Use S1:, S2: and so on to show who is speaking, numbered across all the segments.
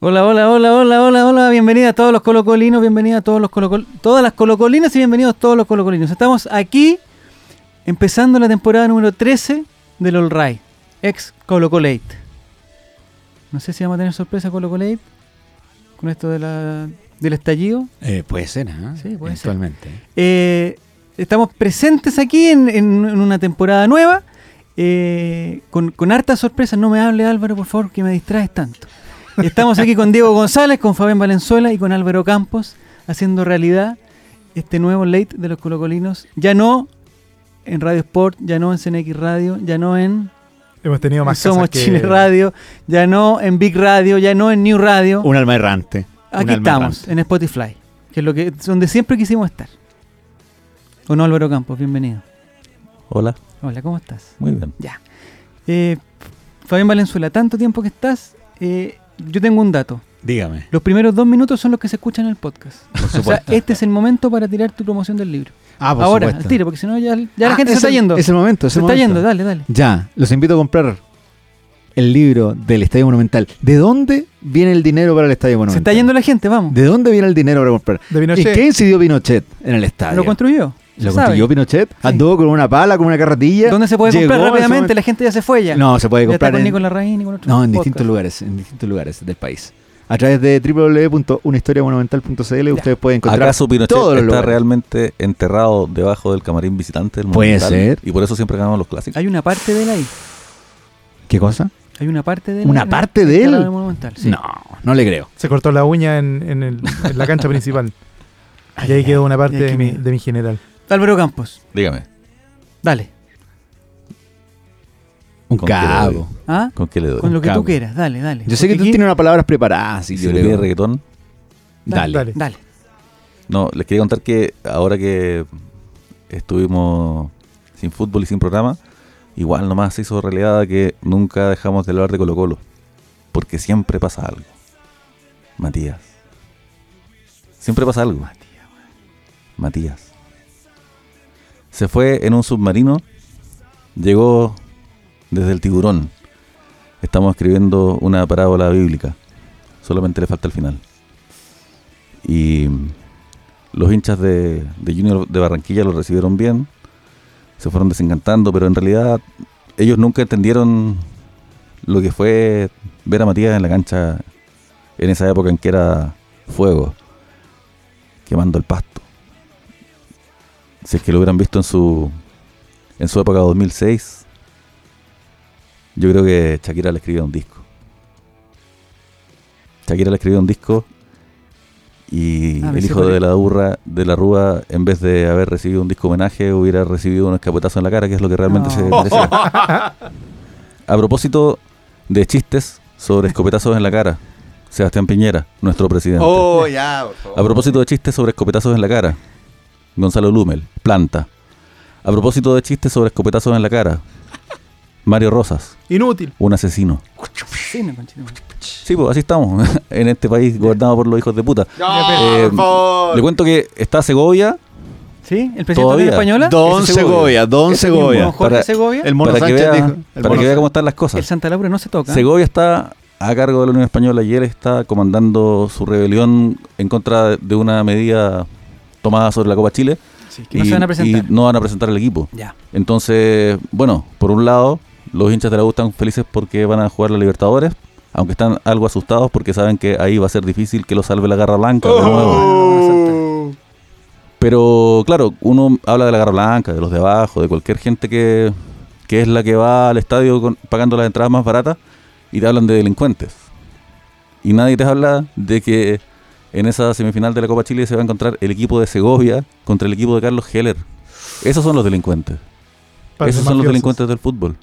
S1: Hola, hola, hola, hola, hola, hola. Bienvenidas a todos los colocolinos, bienvenidas a todos los colocol todas las colocolinas y bienvenidos todos los colocolinos. Estamos aquí empezando la temporada número 13 del All Right, ex Colocolate. No sé si vamos a tener sorpresa Colocolate con esto de la, del estallido.
S2: Eh, puede ser, ¿ah?
S1: Sí, puede ser.
S2: Eventualmente.
S1: Eh, estamos presentes aquí en, en- en una temporada nueva. eh, con, con hartas sorpresas, no me hable Álvaro, por favor, que me distraes tanto. Estamos aquí con Diego González, con Fabián Valenzuela y con Álvaro Campos, haciendo realidad este nuevo late de los colocolinos. Ya no en Radio Sport, ya no en CNX Radio, ya no en
S3: Hemos tenido más
S1: Somos
S3: cosas que-
S1: Chile Radio, ya no en Big Radio, ya no en New Radio.
S2: Un alma errante. un
S1: Aquí
S2: alma
S1: estamos,
S2: errante.
S1: en Spotify, que es lo que, donde siempre quisimos estar. O no, Álvaro Campos, bienvenido.
S4: Hola,
S1: Hola, ¿cómo estás?
S4: muy bien.
S1: Ya. Eh, Fabián Valenzuela, tanto tiempo que estás, eh, yo tengo un dato.
S2: Dígame.
S1: Los primeros dos minutos son los que se escuchan en el podcast. o sea, este es el momento para tirar tu promoción del libro.
S2: Ah, por
S1: Ahora,
S2: supuesto.
S1: al tiro, porque si no ya, ya la
S2: Ah,
S1: gente se
S2: es
S1: está
S2: el-
S1: yendo.
S2: Es el momento, es
S1: se
S2: el
S1: está
S2: momento.
S1: yendo, dale, dale.
S2: Ya, los invito a comprar el libro del Estadio Monumental. ¿De dónde viene el dinero para el Estadio
S1: Se
S2: Monumental?
S1: está yendo la gente, vamos.
S2: ¿De dónde viene el dinero para comprar?
S3: De
S2: ¿Y
S3: Pinochet.
S2: qué incidió Pinochet en el estadio?
S1: Lo construyó.
S2: ¿Lo
S1: se sabe.
S2: construyó Pinochet? ¿Anduvo con una pala, con una carretilla?
S1: ¿Dónde se puede comprar
S2: Llegó a ese
S1: rápidamente? La gente ya se fue ya.
S2: momento. No, se puede
S1: ya está
S2: comprar
S1: con
S2: en,
S1: Nicolás Raín y con otros
S2: no, en
S1: podcasts.
S2: distintos lugares, en distintos lugares del país. A través de www.unhistoriamonumental.cl ustedes pueden encontrar
S4: ¿Acaso Pinochet
S2: todos
S4: está
S2: los lugares.
S4: realmente enterrado debajo del camarín visitante del
S2: Puede
S4: Monumental?
S2: ser.
S4: Y por eso siempre ganamos los clásicos.
S1: Hay una parte de él ahí.
S2: ¿Qué cosa?
S1: Hay una parte de él.
S2: ¿Una
S1: en-
S2: parte de
S1: en
S2: él?
S1: Calado del Monumental, sí.
S2: No, no le creo.
S3: Se cortó la uña en, en el- en la cancha principal. Y ahí quedó una parte
S1: ay, qué
S3: de mi,
S1: miedo.
S3: de mi general.
S1: Álvaro Campos,
S4: Dígame,
S1: dale.
S2: Un
S4: ¿Con qué le
S2: cabo.
S4: doy?
S1: ¿Ah,
S4: ¿con qué le doy?
S1: Con lo que tú
S2: Cabo.
S1: quieras, dale, dale.
S2: Yo sé que
S1: Porque
S2: tú
S1: aquí-
S2: tienes unas palabras preparadas. y
S4: Si
S2: yo
S4: le
S2: creo-
S4: pide reggaetón.
S2: Dale.
S3: Dale.
S1: Dale.
S4: No, les quería contar que ahora que estuvimos sin fútbol y sin programa, igual nomás se hizo realidad que nunca dejamos de hablar de Colo Colo. Porque siempre pasa algo. Matías. Siempre pasa algo. Matías. Se fue en un submarino. Llegó desde el tiburón. Estamos escribiendo una parábola bíblica. Solamente le falta el final. Y los hinchas de, de Junior de Barranquilla lo recibieron bien. Se fueron desencantando, pero en realidad ellos nunca entendieron lo que fue ver a Matías en la cancha en esa época en que era fuego, quemando el pasto. Si es que lo hubieran visto en su en su época 2006, yo creo que Shakira le escribió un disco. Shakira le escribió un disco y
S1: Ah, me
S4: el
S1: sé
S4: hijo
S1: cuál
S4: de
S1: es.
S4: la burra de la Rúa, en vez de haber recibido un disco homenaje, hubiera recibido un escapetazo en la cara, que es lo que realmente
S1: No.
S4: se merece. A propósito de chistes sobre escopetazos en la cara, Sebastián Piñera, nuestro presidente.
S2: Oh, ya, por favor.
S4: A propósito de chistes sobre escopetazos en la cara, Gonzalo Lumel, planta. A propósito de chistes sobre escopetazos en la cara, Mario Rosas,
S3: Inútil.
S4: un asesino.
S1: Sí, no, continúa.
S4: Sí, pues así estamos, en este país gobernado por los hijos de puta. Eh, le cuento que está Segovia,
S1: ¿Sí? ¿El presidente de
S4: Todavía.
S1: la española?
S2: Don
S4: Ese Segovia.
S2: Segovia, Don
S1: Ese mismo,
S2: Segovia.
S1: don Jorge
S4: Para-
S1: Segovia.
S2: El mono
S4: para que
S2: Sánchez
S4: vea,
S2: dijo. el
S4: para
S2: mono
S4: que vea
S2: Sánchez.
S4: cómo están las cosas.
S1: El Santa Laura no se toca. ¿eh?
S4: Segovia está a cargo de la Unión Española y él está comandando su rebelión en contra de una medida tomada sobre la Copa Chile.
S1: Sí, que no se van a presentar.
S4: y no van a presentar el equipo.
S1: Ya.
S4: Entonces, bueno, por un lado, los hinchas de la U están felices porque van a jugar la Libertadores, aunque están algo asustados porque saben que ahí va a ser difícil que lo salve la Garra Blanca.
S2: Oh.
S4: de
S1: Oh.
S4: nuevo. Pero claro, uno habla de la Garra Blanca, de los de abajo, de cualquier gente que, que es la que va al estadio con- pagando las entradas más baratas y te hablan de delincuentes. Y nadie te habla de que en esa semifinal de la Copa Chile se va a encontrar el equipo de Segovia contra el equipo de Carlos Heller. Esos son los delincuentes.
S3: Par de
S4: Esos son los
S3: mafiosos.
S4: delincuentes del fútbol.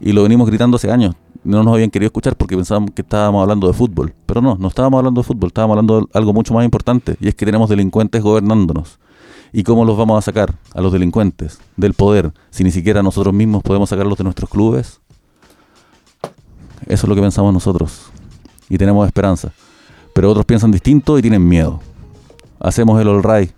S4: Y lo venimos gritando hace años. No nos habían querido escuchar porque pensábamos que estábamos hablando de fútbol. Pero no, no estábamos hablando de fútbol, estábamos hablando de algo mucho más importante. Y es que tenemos delincuentes gobernándonos. ¿Y cómo los vamos a sacar a los delincuentes del poder si ni siquiera nosotros mismos podemos sacarlos de nuestros clubes? Eso es lo que pensamos nosotros. Y tenemos esperanza. Pero otros piensan distinto y tienen miedo. Hacemos el all right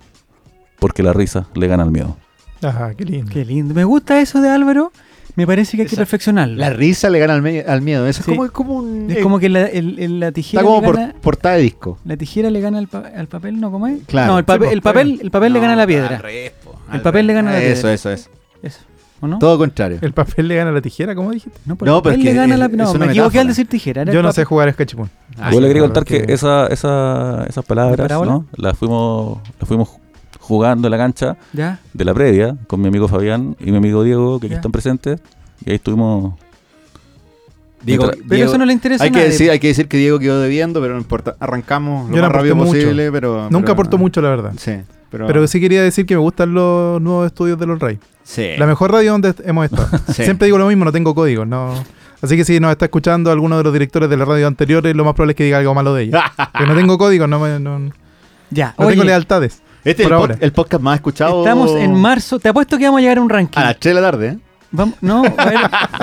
S4: porque la risa le gana al miedo.
S3: Ajá, qué lindo.
S1: Qué lindo. Me gusta eso de Álvaro, Me parece que hay que
S2: Esa-
S1: perfeccionarlo.
S2: La risa le gana al, me- al miedo. Eso
S1: Sí.
S2: es como, es como un.
S1: es
S2: eh,
S1: como que la, el- el- la
S2: está
S1: tijera
S2: como
S1: le
S2: por-
S1: gana,
S2: portada de disco.
S1: la tijera le gana al, pa- al papel, ¿no? ¿Cómo es?
S2: Claro.
S1: No, el, papel-
S3: Sí, pues,
S1: el papel, el papel le
S2: No,
S1: gana a la
S2: al
S1: piedra.
S2: revés, po,
S1: El
S2: al
S1: papel le
S2: revés.
S1: gana a la
S2: Eso,
S1: piedra.
S2: eso, eso.
S1: Eso. ¿O no?
S2: Todo contrario.
S3: El papel le gana la tijera, ¿cómo dijiste?
S1: No, pero
S2: No,
S1: el
S2: pero
S1: papel
S2: es
S1: le
S2: que
S1: gana
S2: es-
S1: la
S2: es
S1: No,
S2: una
S1: me equivoqué
S2: metáfora.
S1: al decir tijera. era
S3: Yo
S1: el
S3: no
S1: papel.
S3: sé jugar escachipún.
S2: Ah,
S4: Yo
S2: sí,
S4: le quería
S3: claro,
S4: contar que
S3: que-
S4: esa, esa, esas palabras,
S1: parábola?
S4: ¿no? Las fuimos, las fuimos jugando en la cancha
S1: Ya.
S4: de la previa con mi amigo Fabián y mi amigo Diego, que aquí
S1: Ya.
S4: están presentes. Y ahí estuvimos.
S2: Diego-
S4: Mientras-
S1: Pero
S2: Diego-
S1: eso no le interesa
S2: hay
S1: a
S2: que,
S1: nadie. pues.
S2: decir, hay que decir que Diego quedó debiendo, pero no importa. Arrancamos lo
S3: Yo no
S2: más
S3: aporté
S2: rápido
S3: mucho.
S2: posible, pero.
S3: Nunca
S2: pero-
S3: aportó mucho, la verdad.
S2: Sí, pero.
S3: Pero sí quería decir que me gustan los nuevos estudios de los Ray.
S2: sí,
S3: La mejor radio donde est- hemos estado.
S2: Eh. sí.
S3: Siempre digo lo mismo, no tengo códigos. No. Así que si nos está escuchando alguno de los directores de la radio anteriores, lo más probable es que diga algo malo de ella. Porque no tengo códigos, no, me- no, no
S1: Ya.
S3: tengo
S1: Oye,
S3: lealtades.
S2: Este es
S3: Por
S2: el, po-
S3: ahora.
S2: el podcast más escuchado.
S1: estamos en marzo. Te apuesto que vamos a llegar a un ranking.
S2: A las 3 de la tarde, ¿eh?
S1: Vamos- no, va a, haber,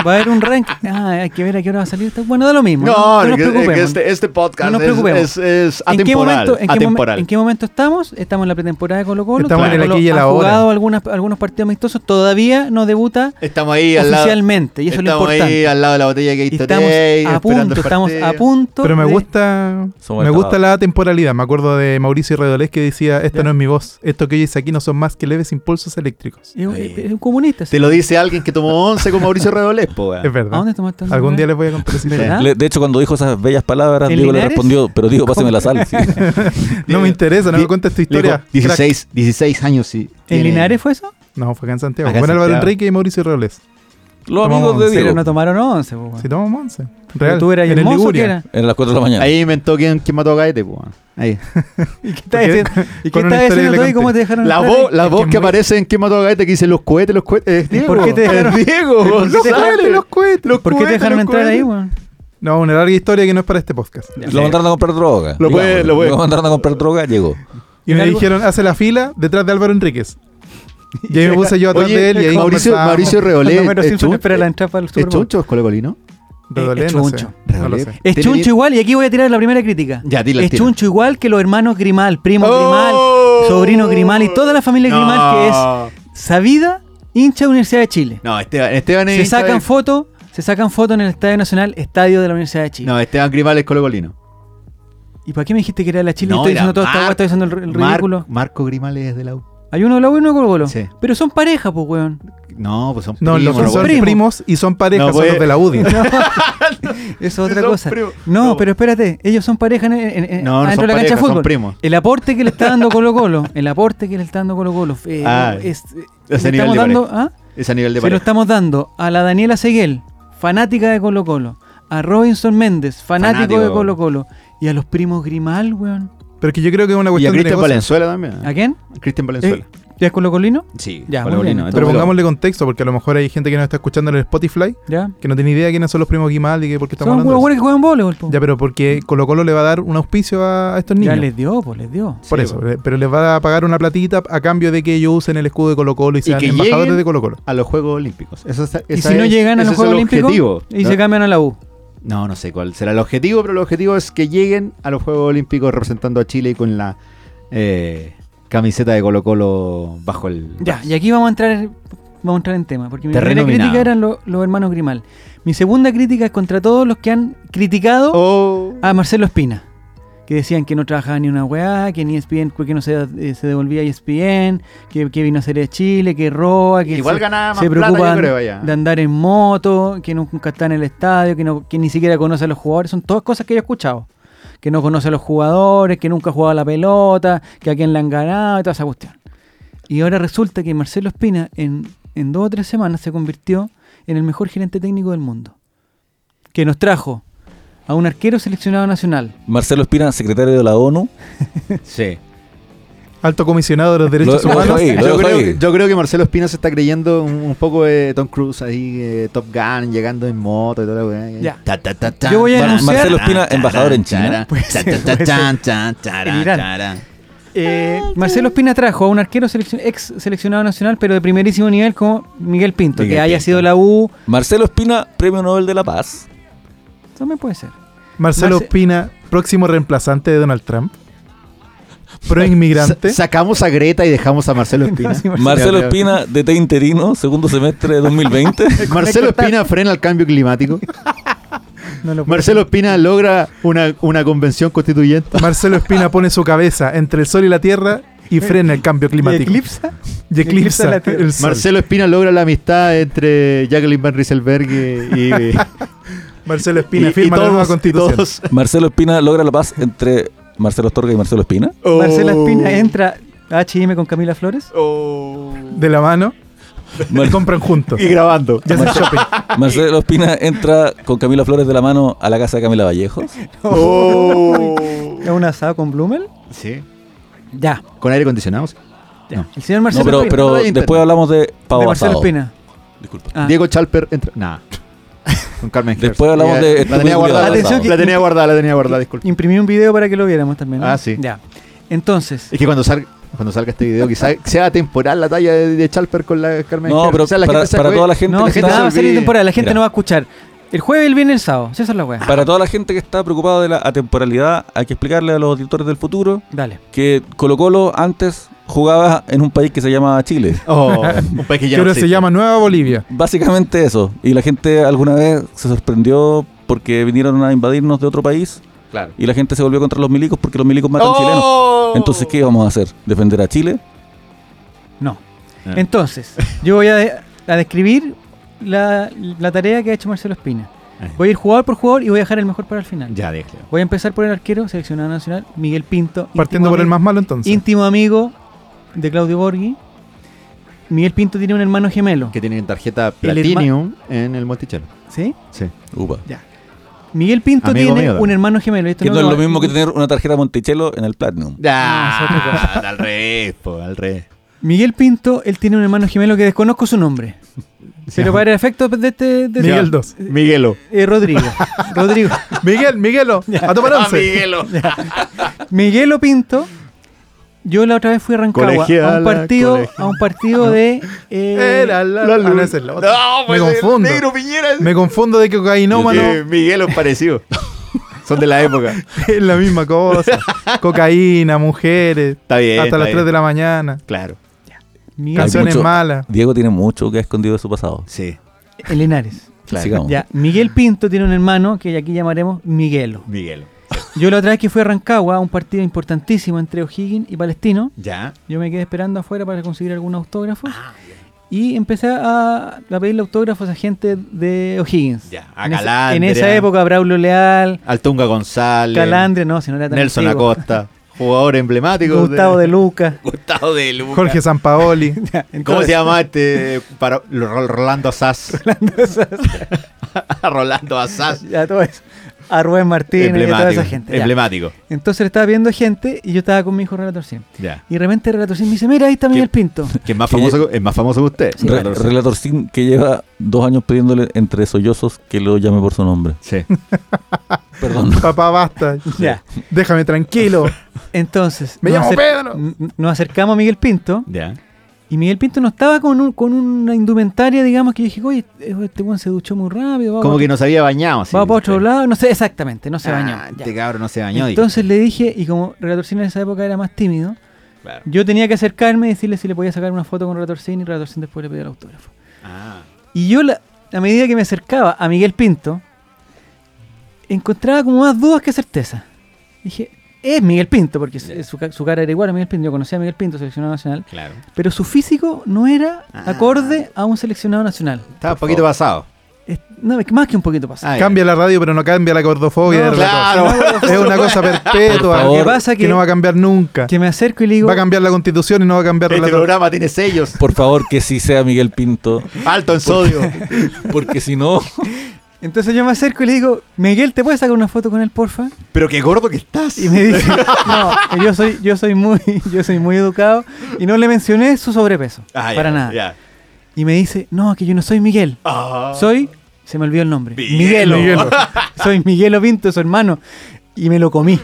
S1: va a haber un ranking. Ah, hay que ver a qué hora va a salir. esto. Bueno, da lo mismo.
S2: No,
S1: nos
S2: que- que
S1: preocupemos.
S2: este, este podcast
S1: No nos
S2: es-
S1: preocupemos.
S2: es, es
S1: ¿En qué,
S2: atemporal.
S1: momento, en, qué momen-
S2: atemporal.
S1: en qué momento estamos? Estamos en la pretemporada de Colo Colo.
S3: Estamos
S2: en el
S3: aquí y en la
S1: ha
S3: hora.
S1: jugado algunas, algunos partidos amistosos. Todavía no debuta
S2: Estamos ahí al lado.
S1: oficialmente. y eso es lo
S2: estamos ahí
S1: importante.
S2: al lado de la botella de
S1: Y
S2: Gatorade,
S1: estamos a
S2: esperando
S1: punto.
S2: el
S1: Estamos
S2: partido.
S1: a punto.
S3: Pero me
S1: de-
S3: gusta
S4: Somos
S3: me
S4: el
S3: gusta
S4: trabajo.
S3: la temporalidad. Me acuerdo de Mauricio Redolés que decía, esta
S1: Ya.
S3: no es mi voz. Esto que oyes aquí no son más que leves impulsos eléctricos.
S1: Es un- es un comunista. sí.
S2: Te lo dice alguien que tomó 11 con Mauricio Redolés, po, weón.
S3: Es
S1: ¿A
S3: verdad.
S1: dónde tomaste? eso?
S3: ¿eh? Algún día les voy a contar esa historia.
S1: ¿Verdad?
S4: Le- de hecho, cuando dijo esas bellas palabras,
S1: ¿En
S4: Diego le
S1: Linares?
S4: respondió, pero Digo, pásame la sal. sí.
S3: No me interesa, no me cuentes tu
S2: Le dijo,
S3: historia.
S2: 16, 16 años, sí.
S1: ¿En
S2: tiene.
S1: Linares fue eso?
S3: Crack. No, fue acá en Santiago.
S2: Acá en
S3: Bueno, Álvaro
S2: Santiago.
S3: Enrique y Mauricio Redolés.
S4: Los
S3: Tomamos
S4: amigos de
S3: once.
S1: Pero
S4: Diego.
S1: no tomaron once. po,
S3: Si
S1: weón.
S3: tomamos 11.
S1: Ah. Pero
S3: Real.
S1: tú eras
S3: en el
S1: hermoso, ¿qué
S3: Liguria.
S1: era?
S4: Eran las 4 de la mañana.
S2: Ahí inventó quién, quién mató a Gaete, po, weón. Ahí.
S1: ¿Y qué estás
S3: Porque-
S1: diciendo? ¿Y qué
S3: con una
S1: estás
S3: historia
S1: diciendo tú ahí?
S3: elegante.
S1: ¿Cómo te dejaron
S2: La
S1: entrar
S2: voz,
S1: ahí?
S2: la
S3: es
S2: voz
S3: que
S2: que,
S3: es muy-
S2: aparece en quién mató a Gaete que dice los cohetes, los cohetes. Es Diego.
S1: por qué te
S2: es
S1: dejaron-
S2: Diego,
S1: por qué te
S2: sale.
S1: dejaron-
S3: cohetes, los
S1: ¿Por qué te
S3: cohetes,
S1: dejaron
S3: los
S1: entrar ahí,
S3: cohetes.
S1: weón?
S3: No, una larga historia que no es para este podcast.
S4: Lo mandaron a comprar droga.
S2: Lo puede-
S4: digámoslo.
S2: lo puede.
S4: mandaron a comprar droga, llegó.
S3: Y me
S1: Algo-
S3: dijeron, hace la fila detrás de Álvaro Enríquez. Y ahí me puse yo atrás
S2: Oye,
S3: de él y ahí
S2: Mauricio,
S3: conversábamos.
S2: Mauricio Redolés.
S1: Homero
S2: ¿es
S1: Simpson
S2: chun-
S1: espera la entrada para el
S2: ¿Es
S1: Super Bowl.
S2: chuncho o es colecolino?
S3: Redolés,
S1: Es
S3: no sé.
S1: chuncho.
S3: No lo sé.
S2: Redolés.
S1: Es
S2: Tiene
S1: chuncho
S2: bien-
S1: igual, y aquí voy a tirar la primera crítica.
S2: Ya, dila,
S1: es
S2: tira.
S1: chuncho igual que los hermanos Grimal, primo
S2: ¡Oh!
S1: Grimal, sobrino Grimal y toda la familia
S2: No.
S1: Grimal que es sabida hincha de la Universidad de Chile.
S2: No, Esteban, Esteban
S1: Se
S2: es-
S1: sacan fotos, se sacan fotos en el Estadio Nacional, Estadio de la Universidad de Chile.
S2: No, Esteban Grimal es colocolino.
S1: ¿Y para qué me dijiste que era de la Chile?
S2: No,
S1: estoy
S2: era
S1: diciendo todo esta
S2: Mar-
S1: guay, estoy diciendo el, el
S2: Mar-
S1: ridículo.
S2: Marco Grimal es de la U.
S1: Hay uno de la U y uno de Colo Colo.
S2: Sí.
S1: Pero son pareja, pues, weón.
S2: No, pues son
S3: No, los
S2: primos,
S3: son
S2: weón.
S1: primos.
S3: primos y son parejas,
S2: No,
S3: son
S2: pues-
S3: los de la UDI.
S1: Eso es otra
S2: Son
S1: cosa.
S2: primos.
S1: No,
S2: No.
S1: pero espérate, ellos son pareja en, en- en-
S2: No, no
S1: adentro
S2: son
S1: de la cancha
S2: pareja,
S1: de fútbol.
S2: son primos.
S1: El aporte que le está dando Colo Colo, el aporte que le está dando Colo Colo, eh,
S2: Ah,
S1: es,
S2: ese
S1: le
S2: nivel
S1: estamos
S2: de
S1: dando, ¿ah?
S2: Es a nivel de
S1: Se lo
S2: pareja.
S1: estamos dando a la Daniela Seguel, fanática de Colo Colo, a Robinson Méndez, fanático,
S2: Fanático.
S1: de Colo Colo, y a los primos Grimal, weón.
S3: Pero es que yo creo que es
S2: Y
S3: una
S2: a
S3: cuestión de
S2: Cristian
S3: negocio.
S2: Valenzuela también.
S1: ¿A quién?
S2: Cristian Valenzuela.
S1: Eh, ¿Ya es Colo Colino?
S2: sí,
S1: ya, muy
S2: colocolino.
S1: bien,
S2: Entonces,
S3: Pero pongámosle contexto, porque a lo mejor hay gente que nos está escuchando en el Spotify
S1: Ya.
S3: que no tiene idea de quiénes son los primos Guimal y que por qué estamos
S1: Son
S3: hablando.
S1: unos
S3: de
S1: buenos que juegan voleibol, po.
S3: eso. Ya, pero porque Colo Colo le va a dar un auspicio a, a estos
S1: Ya
S3: niños.
S1: les dio, pues les dio.
S3: Por
S2: Sí,
S3: eso, le- pero les va a pagar una platita a cambio de que ellos usen el escudo de Colo Colo y sean
S2: que
S3: embajadores
S2: lleguen-
S3: de Colo Colo.
S2: A los Juegos Olímpicos. Eso es-
S1: Y
S2: esa
S1: si no
S2: es-
S1: llegan a los
S2: ese es
S1: Juegos
S2: el
S1: Olímpicos
S2: objetivo,
S1: y
S2: ¿no?
S1: se cambian a la U.
S2: No, no sé cuál será el objetivo, pero el objetivo es que lleguen a los Juegos Olímpicos representando a Chile y con la eh, camiseta de Colo Colo bajo el...
S1: Ya, y aquí vamos a entrar vamos a entrar en tema, porque mi
S2: Terreno
S1: primera crítica
S2: minado.
S1: eran lo- los hermanos Grimal. Mi segunda crítica es contra todos los que han criticado
S2: Oh.
S1: a Ah, Marcelo Espina, que decían que no trabajaba ni una weá, que ni E ESPN, que no se, eh, se devolvía a ESPN, que, que vino a ser de Chile, que roba, Ah, que
S2: Igual
S1: se,
S2: ganaba más
S1: se
S2: plata,
S1: preocupan
S2: yo creo, allá.
S1: de andar en moto, que nunca está en el estadio, que, no, que ni siquiera conoce a los jugadores. Son todas cosas que yo he escuchado. Que no conoce a los jugadores, que nunca ha jugado a la pelota, que a quién le han ganado y toda esa cuestión. Y ahora resulta que Marcelo Espina en, en dos o tres semanas se convirtió en el mejor gerente técnico del mundo. Que nos trajo a un arquero seleccionado nacional,
S4: Marcelo Espina, secretario de la ONU.
S2: Sí.
S3: Alto comisionado de los derechos
S4: Lo- lo
S3: humanos.
S4: dejo ahí, lo
S2: yo,
S4: dejo
S2: creo,
S4: ahí.
S2: yo creo que Marcelo Espina se está creyendo un, un poco de Tom Cruise ahí, eh, Top Gun, llegando en moto y toda la weá.
S1: Ya.
S2: Ta, ta, ta, ta,
S1: Yo voy a
S2: taran,
S1: anunciar-
S4: Marcelo Espina,
S2: taran,
S4: embajador en
S2: taran,
S4: China.
S2: taran,
S1: ser,
S2: taran,
S1: puede ser.
S2: taran, taran, taran,
S1: En Irán.
S2: taran.
S1: Eh, Marcelo Espina trajo a un arquero seleccion- ex seleccionado nacional, pero de primerísimo nivel como Miguel Pinto,
S2: Miguel
S1: que haya
S2: Pinto.
S1: sido la U.
S4: Marcelo Espina, premio Nobel de la Paz.
S1: También puede ser.
S3: Marcelo
S1: Marce-
S3: Espina, próximo reemplazante de Donald Trump. proinmigrante.
S2: Sa- sacamos a Greta y dejamos a Marcelo Espina.
S4: Marcelo Espina, DT interino, segundo semestre de 2020.
S2: Marcelo Espina frena el cambio climático.
S3: No lo puedo-
S2: Marcelo Espina logra una, una convención constituyente.
S3: Marcelo Espina pone su cabeza entre el sol y la tierra y frena el cambio climático.
S1: Eclipsa.
S3: Y eclipsa
S1: eclipsa la tierra.
S3: el sol.
S2: Marcelo Espina logra la amistad entre Jacqueline Van Rieselberg y, y-
S3: Marcelo Espina
S2: y-
S3: firma
S2: y
S3: la nueva
S2: todos-
S3: constitución.
S2: y todos.
S4: Marcelo Espina logra la paz entre Marcelo Astorga y Marcelo Espina.
S1: Marcela
S2: Oh.
S1: Espina entra a H&M con Camila Flores.
S2: Oh.
S3: De la mano
S4: Mar-
S3: y compran juntos.
S2: Y grabando.
S3: Ya hacen shopping.
S4: Marcelo Espina entra con Camila Flores de la mano a la casa de Camila Vallejos.
S2: Oh.
S1: Es un asado con Blumel.
S2: Sí.
S1: Ya.
S2: Con aire acondicionado. sí. No.
S1: El señor
S4: No,
S1: Marcelo
S4: pero,
S1: Espina.
S4: pero
S2: Espina.
S4: después hablamos de
S1: de
S4: Pavo
S1: Marcelo
S4: Asado.
S1: Espina.
S4: Disculpa.
S1: Ah.
S2: Diego Chalper entra. Nada. Con Carmen Hertz.
S4: Después hablamos
S2: Ya,
S4: de
S2: La
S4: Estúpido
S2: tenía guardada.
S1: Culeado.
S2: Atención, que- La tenía guardada, la tenía guardada, disculpe.
S1: Imprimí un video para que lo viéramos también. ¿no?
S2: Ah, sí.
S1: Ya. Entonces,
S2: Es que cuando salga, cuando salga este video, quizá sea temporal la talla de, de Chalper con la Carmen
S4: No,
S2: Hertz.
S4: pero
S2: O sea, la
S4: para,
S2: gente se
S4: para
S2: acuer-
S4: toda la gente,
S1: no,
S4: que
S1: si
S2: gente
S4: está-
S1: nada, va a
S2: se
S1: salir
S2: olvide.
S1: temporada, la gente
S4: Mira.
S1: no va a escuchar. El jueves, el viernes, el sábado. Si esa es la weá.
S4: para toda la gente que está preocupada de la atemporalidad, hay que explicarle a los auditores del futuro
S1: Dale.
S4: que Colo Colo antes jugaba en un país que se llama Chile.
S2: Oh, un país que
S3: Que
S2: ya no
S3: ahora se
S2: existe.
S3: llama Nueva Bolivia.
S4: Básicamente eso. Y la gente alguna vez se sorprendió porque vinieron a invadirnos de otro país
S2: Claro.
S4: y la gente se volvió contra los milicos porque los milicos matan chilenos. Entonces, ¿qué vamos a hacer? ¿Defender a Chile?
S1: No.
S2: Ah.
S1: Entonces, yo voy a, de- a describir la, la tarea que ha hecho Marcelo Espina.
S2: Ah.
S1: Voy a ir jugador por jugador y voy a dejar el mejor para el final.
S2: Ya, déjalo.
S1: Voy a empezar por el arquero seleccionado nacional, Miguel Pinto.
S3: Partiendo
S1: íntimo
S3: por el
S1: ami-
S3: más malo entonces.
S1: Íntimo amigo de Claudio Borghi. Miguel Pinto tiene un hermano gemelo.
S2: Que tienen tarjeta
S1: El herma-
S2: Platinum en el Monticello.
S1: ¿Sí?
S2: Sí.
S4: Upa.
S1: Miguel Pinto
S2: Amigo
S1: tiene
S2: mío también.
S1: un hermano gemelo. Esto
S4: Que Este no, es lo mismo que
S1: no-
S4: tener una tarjeta Monticello en el Platinum.
S1: Ah,
S2: Ah, al revés, po, al revés.
S1: Miguel Pinto, él tiene un hermano gemelo que desconozco su nombre. Pero para el efecto de este. de-
S3: Miguel 2.
S2: Miguelo.
S1: eh, Rodrigo. Rodrigo.
S3: Miguel, Miguelo, a tomar
S2: Ah,
S3: once.
S2: Miguelo.
S1: Miguelo Pinto. Yo la otra vez fui a Rancagua a
S2: Colegiala,
S1: un partido,
S2: colegiala.
S1: a un partido de. eh,
S3: Era la,
S2: La
S3: ah,
S2: luz.
S3: no, esa es la otra.
S2: No, pues,
S3: Me
S2: el
S3: confundo.
S2: negro Piñera es-
S3: Me confundo de que cocainómano
S2: Eh, Miguelo es parecido. Son de la época.
S3: es la misma cosa. Cocaína, mujeres,
S2: Está bien.
S3: hasta
S2: está
S3: las
S2: bien.
S3: 3 de la mañana.
S2: Claro.
S1: Miguel
S3: Canciones
S4: mucho-
S3: malas.
S4: Diego tiene mucho que ha escondido de su pasado.
S2: Sí.
S1: Pinto- el Henares.
S2: Claro.
S4: Sigamos.
S1: Ya, Miguel Pinto tiene un hermano que aquí llamaremos Miguelo.
S2: Miguelo.
S1: Yo la otra vez que fui a Rancagua a un partido importantísimo entre O'Higgins y Palestino.
S2: Ya.
S1: Yo me quedé esperando afuera para conseguir algún autógrafo.
S2: Ah,
S1: y empecé a, a pedirle autógrafos a gente de O'Higgins.
S2: Ya, a
S1: en, esa-
S2: Calandria.
S1: en esa época, Braulio Leal,
S2: Altunga González.
S1: Calandria, no, si no era tan
S2: Nelson
S1: antiguo.
S2: Acosta. Jugador emblemático.
S1: Gustavo de Luca.
S2: Gustavo de Luca.
S3: Jorge Sampaoli.
S2: ¿Cómo
S1: Entonces,
S2: se llama este? Para, Ro- Rolando Asaz. Rolando Asaz.
S1: ya todo eso. A Rubén Martínez y a toda esa gente. ya.
S2: Emblemático.
S1: Entonces le estaba viendo gente y yo estaba con mi hijo Relator 100.
S2: Ya.
S1: Y de repente Relator 100 me dice, mira, ahí está Miguel Pinto.
S2: Que es más
S4: Que-
S2: famoso, es más famoso que usted.
S1: Sí.
S4: Re- Relator Sin, que lleva dos años pidiéndole entre sollozos que lo llame por su nombre.
S2: Sí.
S4: Perdón.
S3: Papá, basta.
S1: Ya.
S3: Déjame tranquilo.
S1: Entonces
S3: Me
S1: nos
S3: llamo
S1: acer-
S3: Pedro.
S1: n- nos acercamos a Miguel Pinto
S2: Ya.
S1: y Miguel Pinto no estaba con, un- con una indumentaria, digamos, que yo dije, oye, este weón se duchó muy rápido. Va,
S2: Como que nos había bañado.
S1: va para otro lado, no sé exactamente, no se bañó. ya.
S2: Este cabrón no se bañó.
S1: Entonces le dije, y como Relatorcín en esa época era más tímido, yo tenía que acercarme y decirle si le podía sacar una foto con Relatorcín y Relatorcín después le pedía el autógrafo.
S2: Ah,
S1: Y yo, la- a medida que me acercaba a Miguel Pinto, encontraba como más dudas que certeza. Dije, es Miguel Pinto, porque su- su, ca- su cara era igual a Miguel Pinto. Yo conocía a Miguel Pinto, seleccionado nacional,
S2: claro.
S1: pero su físico no era
S2: Ah.
S1: acorde a un seleccionado nacional.
S2: Estaba un poquito pasado.
S1: Es- no, es más que un poquito pasado.
S2: Ah, ya.
S3: Cambia la radio, pero no cambia la gordofobia.
S1: No,
S3: del relator.
S2: Claro. Este
S3: Es una cosa perpetua
S4: Por favor.
S3: que,
S4: Lo que
S1: pasa que-
S3: no va a cambiar nunca.
S1: Que me acerco y le digo,
S3: Va a cambiar la constitución y no va a cambiar
S2: Este
S3: relator.
S2: programa tiene sellos.
S4: Por favor, que sí sea Miguel Pinto.
S2: Alto en sodio.
S4: Porque si no,
S1: entonces yo me acerco y le digo, Miguel, ¿te puedes sacar una foto con él, porfa?
S2: Pero qué gordo que estás.
S1: Y me dice, no, yo soy, yo soy muy, yo soy muy educado y no le mencioné su sobrepeso,
S2: Ah, ya,
S1: para nada.
S2: ya.
S1: Y me dice, no, que yo no soy Miguel,
S2: Ah.
S1: soy, se me olvidó el nombre,
S2: Miguelo.
S1: Miguelo, soy Miguelo Pinto, su hermano, y me lo comí.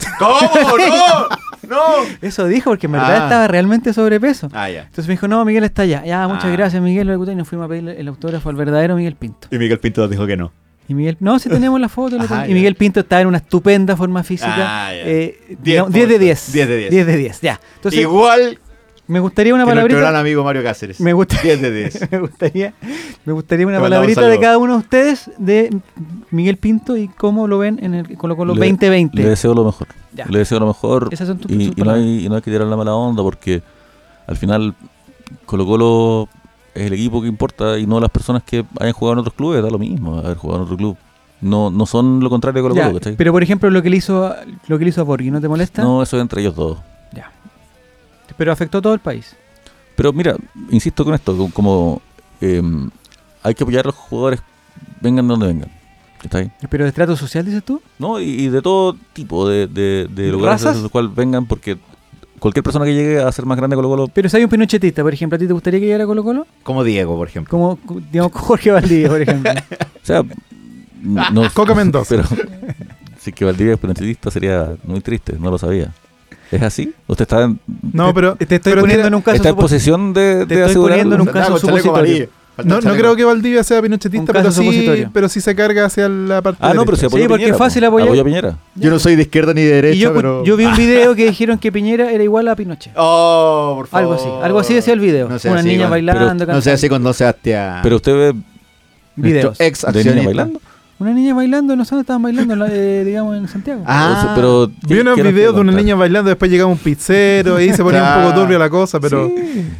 S2: ¿Cómo? ¡No! ¡No!
S1: Eso dijo porque en verdad
S2: Ah.
S1: estaba realmente sobrepeso.
S2: Ah, ya.
S1: Entonces me dijo, no, Miguel está allá. Ya, muchas
S2: Ah.
S1: gracias, Miguel. Y nos fuimos a pedirle el autógrafo al verdadero Miguel Pinto.
S2: Y Miguel Pinto dijo que no.
S1: Y Miguel, no, si tenemos la foto. la
S2: Ajá,
S1: tenemos.
S2: Ah, ya.
S1: y Miguel Pinto está en una estupenda forma física.
S2: Ah, ya.
S1: eh,
S2: Diez
S1: digamos, 10 de
S2: puntos.
S1: 10.
S2: Diez de diez.
S1: de 10, ya. Entonces,
S2: Igual
S1: me gustaría una
S2: que nuestro gran
S1: palabrita.
S2: amigo Mario Cáceres.
S1: Me gusta-
S2: 10 de 10.
S1: me, gustaría, me gustaría una
S2: Le mandamos
S1: palabrita de
S2: saludos.
S1: cada uno de ustedes de Miguel Pinto y cómo lo ven en el Colo Colo
S4: Le- Le
S1: 2020.
S4: deseo lo mejor.
S1: Ya.
S4: Le deseo lo mejor.
S1: Esas son tus-
S4: y,
S1: tus
S4: y no
S1: palabras.
S4: hay, y no hay que tirar la mala onda porque al final Colo Colo es el equipo que importa y no las personas que hayan jugado en otros clubes. Da lo mismo haber jugado en otro club. No, no son lo contrario de Colo
S1: Ya,
S4: Colo, ¿cachai?
S1: pero por ejemplo, lo que le hizo a- lo que le hizo a Borghi, ¿no te molesta?
S4: No, eso es entre ellos dos.
S1: Ya. Pero afectó a todo el país.
S4: Pero mira, insisto con esto, con- como em, hay que apoyar a los jugadores, vengan de donde vengan. ¿Está bien?
S1: ¿Pero de trato social, dices tú?
S4: ¿No? Y, y de todo tipo de, de, de lugares
S1: ¿Razas?
S4: desde los cuales vengan, porque cualquier persona que llegue a ser más grande Colo Colo,
S1: Pero si hay un pinochetista, por ejemplo, ¿a ti te gustaría que llegara a Colo Colo?
S2: Como Diego, por ejemplo.
S1: Como, cu- digamos, Jorge Valdivia, por ejemplo.
S4: o sea, no,
S3: Ah. Coca Mendoza.
S4: Pero si que Valdivia es penaltista sería muy triste, no lo sabía. ¿Es así? ¿Usted está en,
S3: No, pero.
S1: Te estoy
S3: pero
S1: poniendo
S3: tiene-
S1: en un caso
S4: está en
S1: supo-
S4: posesión
S1: te
S4: de, de
S1: estoy
S4: asegurar
S1: poniendo en un
S4: un-
S1: caso
S2: Andaba con chaleco
S1: supositorio.
S2: amarillo. Falta
S3: No,
S2: el
S3: no
S2: chaleco.
S3: creo que Valdivia sea
S1: Un
S3: pinochetista,
S1: caso
S3: pero sí,
S1: supositorio.
S3: pero sí se carga hacia la parte.
S4: Ah, no, pero se
S3: derecha.
S4: apoyó
S1: Sí,
S4: a
S1: porque
S4: Piñera,
S1: es fácil
S4: po.
S1: apoyar.
S4: Apoyó a Piñera.
S2: Yo no soy de izquierda ni de derecha,
S1: Y yo, cu-
S2: pero.
S1: yo vi un video que dijeron que Piñera era igual a Pinochet.
S2: Oh, por favor.
S1: Algo así, algo así decía el video.
S2: No sea
S1: Una
S2: así
S1: niña
S2: con-
S1: bailando,
S4: pero-
S2: No sé
S1: cantando.
S2: así con Don Sebastián.
S4: Pero usted ve
S1: videos.
S2: Ex
S4: de niña
S2: accionista.
S4: bailando.
S1: Una niña bailando, no sé dónde estaban bailando, en la de- digamos, en Santiago.
S2: Ah.
S4: Eso, pero
S3: Vi unos videos de una niña bailando, después llegaba un pizzero y se ponía un poco turbio la cosa, pero.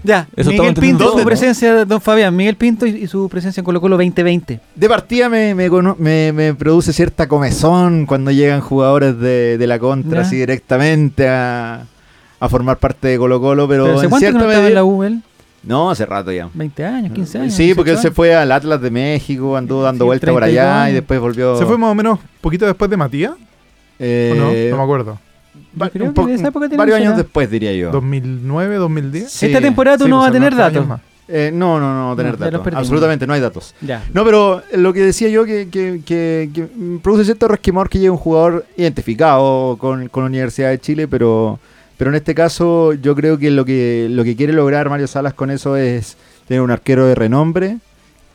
S1: ya,
S4: eso estaba
S1: Miguel
S4: entendiendo
S1: Pinto, su
S4: todo, ¿no?
S1: presencia, don Fabián, Miguel Pinto y, y su presencia en Colo Colo 2020.
S2: De partida me, me, cono- me- me produce cierta comezón cuando llegan jugadores de, de la contra
S1: Ya.
S2: así directamente a, a formar parte de Colo Colo, pero,
S1: Pero, ¿Hace
S2: en
S1: cuánto que
S2: cierta
S1: no estaba en
S2: medida-
S1: la U él?
S2: No, hace rato ya.
S1: 20 años, 15 años.
S2: Sí, porque él
S1: 18
S2: se fue al Atlas de México, anduvo dando
S1: Sí,
S2: vuelta por
S1: 32
S2: allá y
S1: años.
S2: después volvió...
S3: Se fue más o menos poquito después de Matías,
S2: eh,
S3: ¿o no? No me acuerdo.
S2: va-
S1: Yo creo
S2: un
S1: que
S2: po-
S1: de esa época tiene
S2: varios
S1: que ser,
S2: años
S1: ¿ah?
S2: después, diría yo.
S3: ¿2009, 2010?
S2: Sí.
S1: Esta temporada tú
S3: Sí,
S1: no
S3: pues,
S1: vas a
S3: son
S1: tener
S3: ocho años
S1: datos.
S3: más.
S2: Eh, no, no, no, no tener
S1: No, ya los
S2: datos.
S1: perdimos.
S2: Absolutamente no hay datos.
S1: Ya.
S2: No, pero lo que decía yo que, que, que- que me produce cierto resquemor que llegue un jugador identificado con, con la Universidad de Chile, pero, pero en este caso yo creo que lo, que lo que quiere lograr Mario Salas con eso es tener un arquero de renombre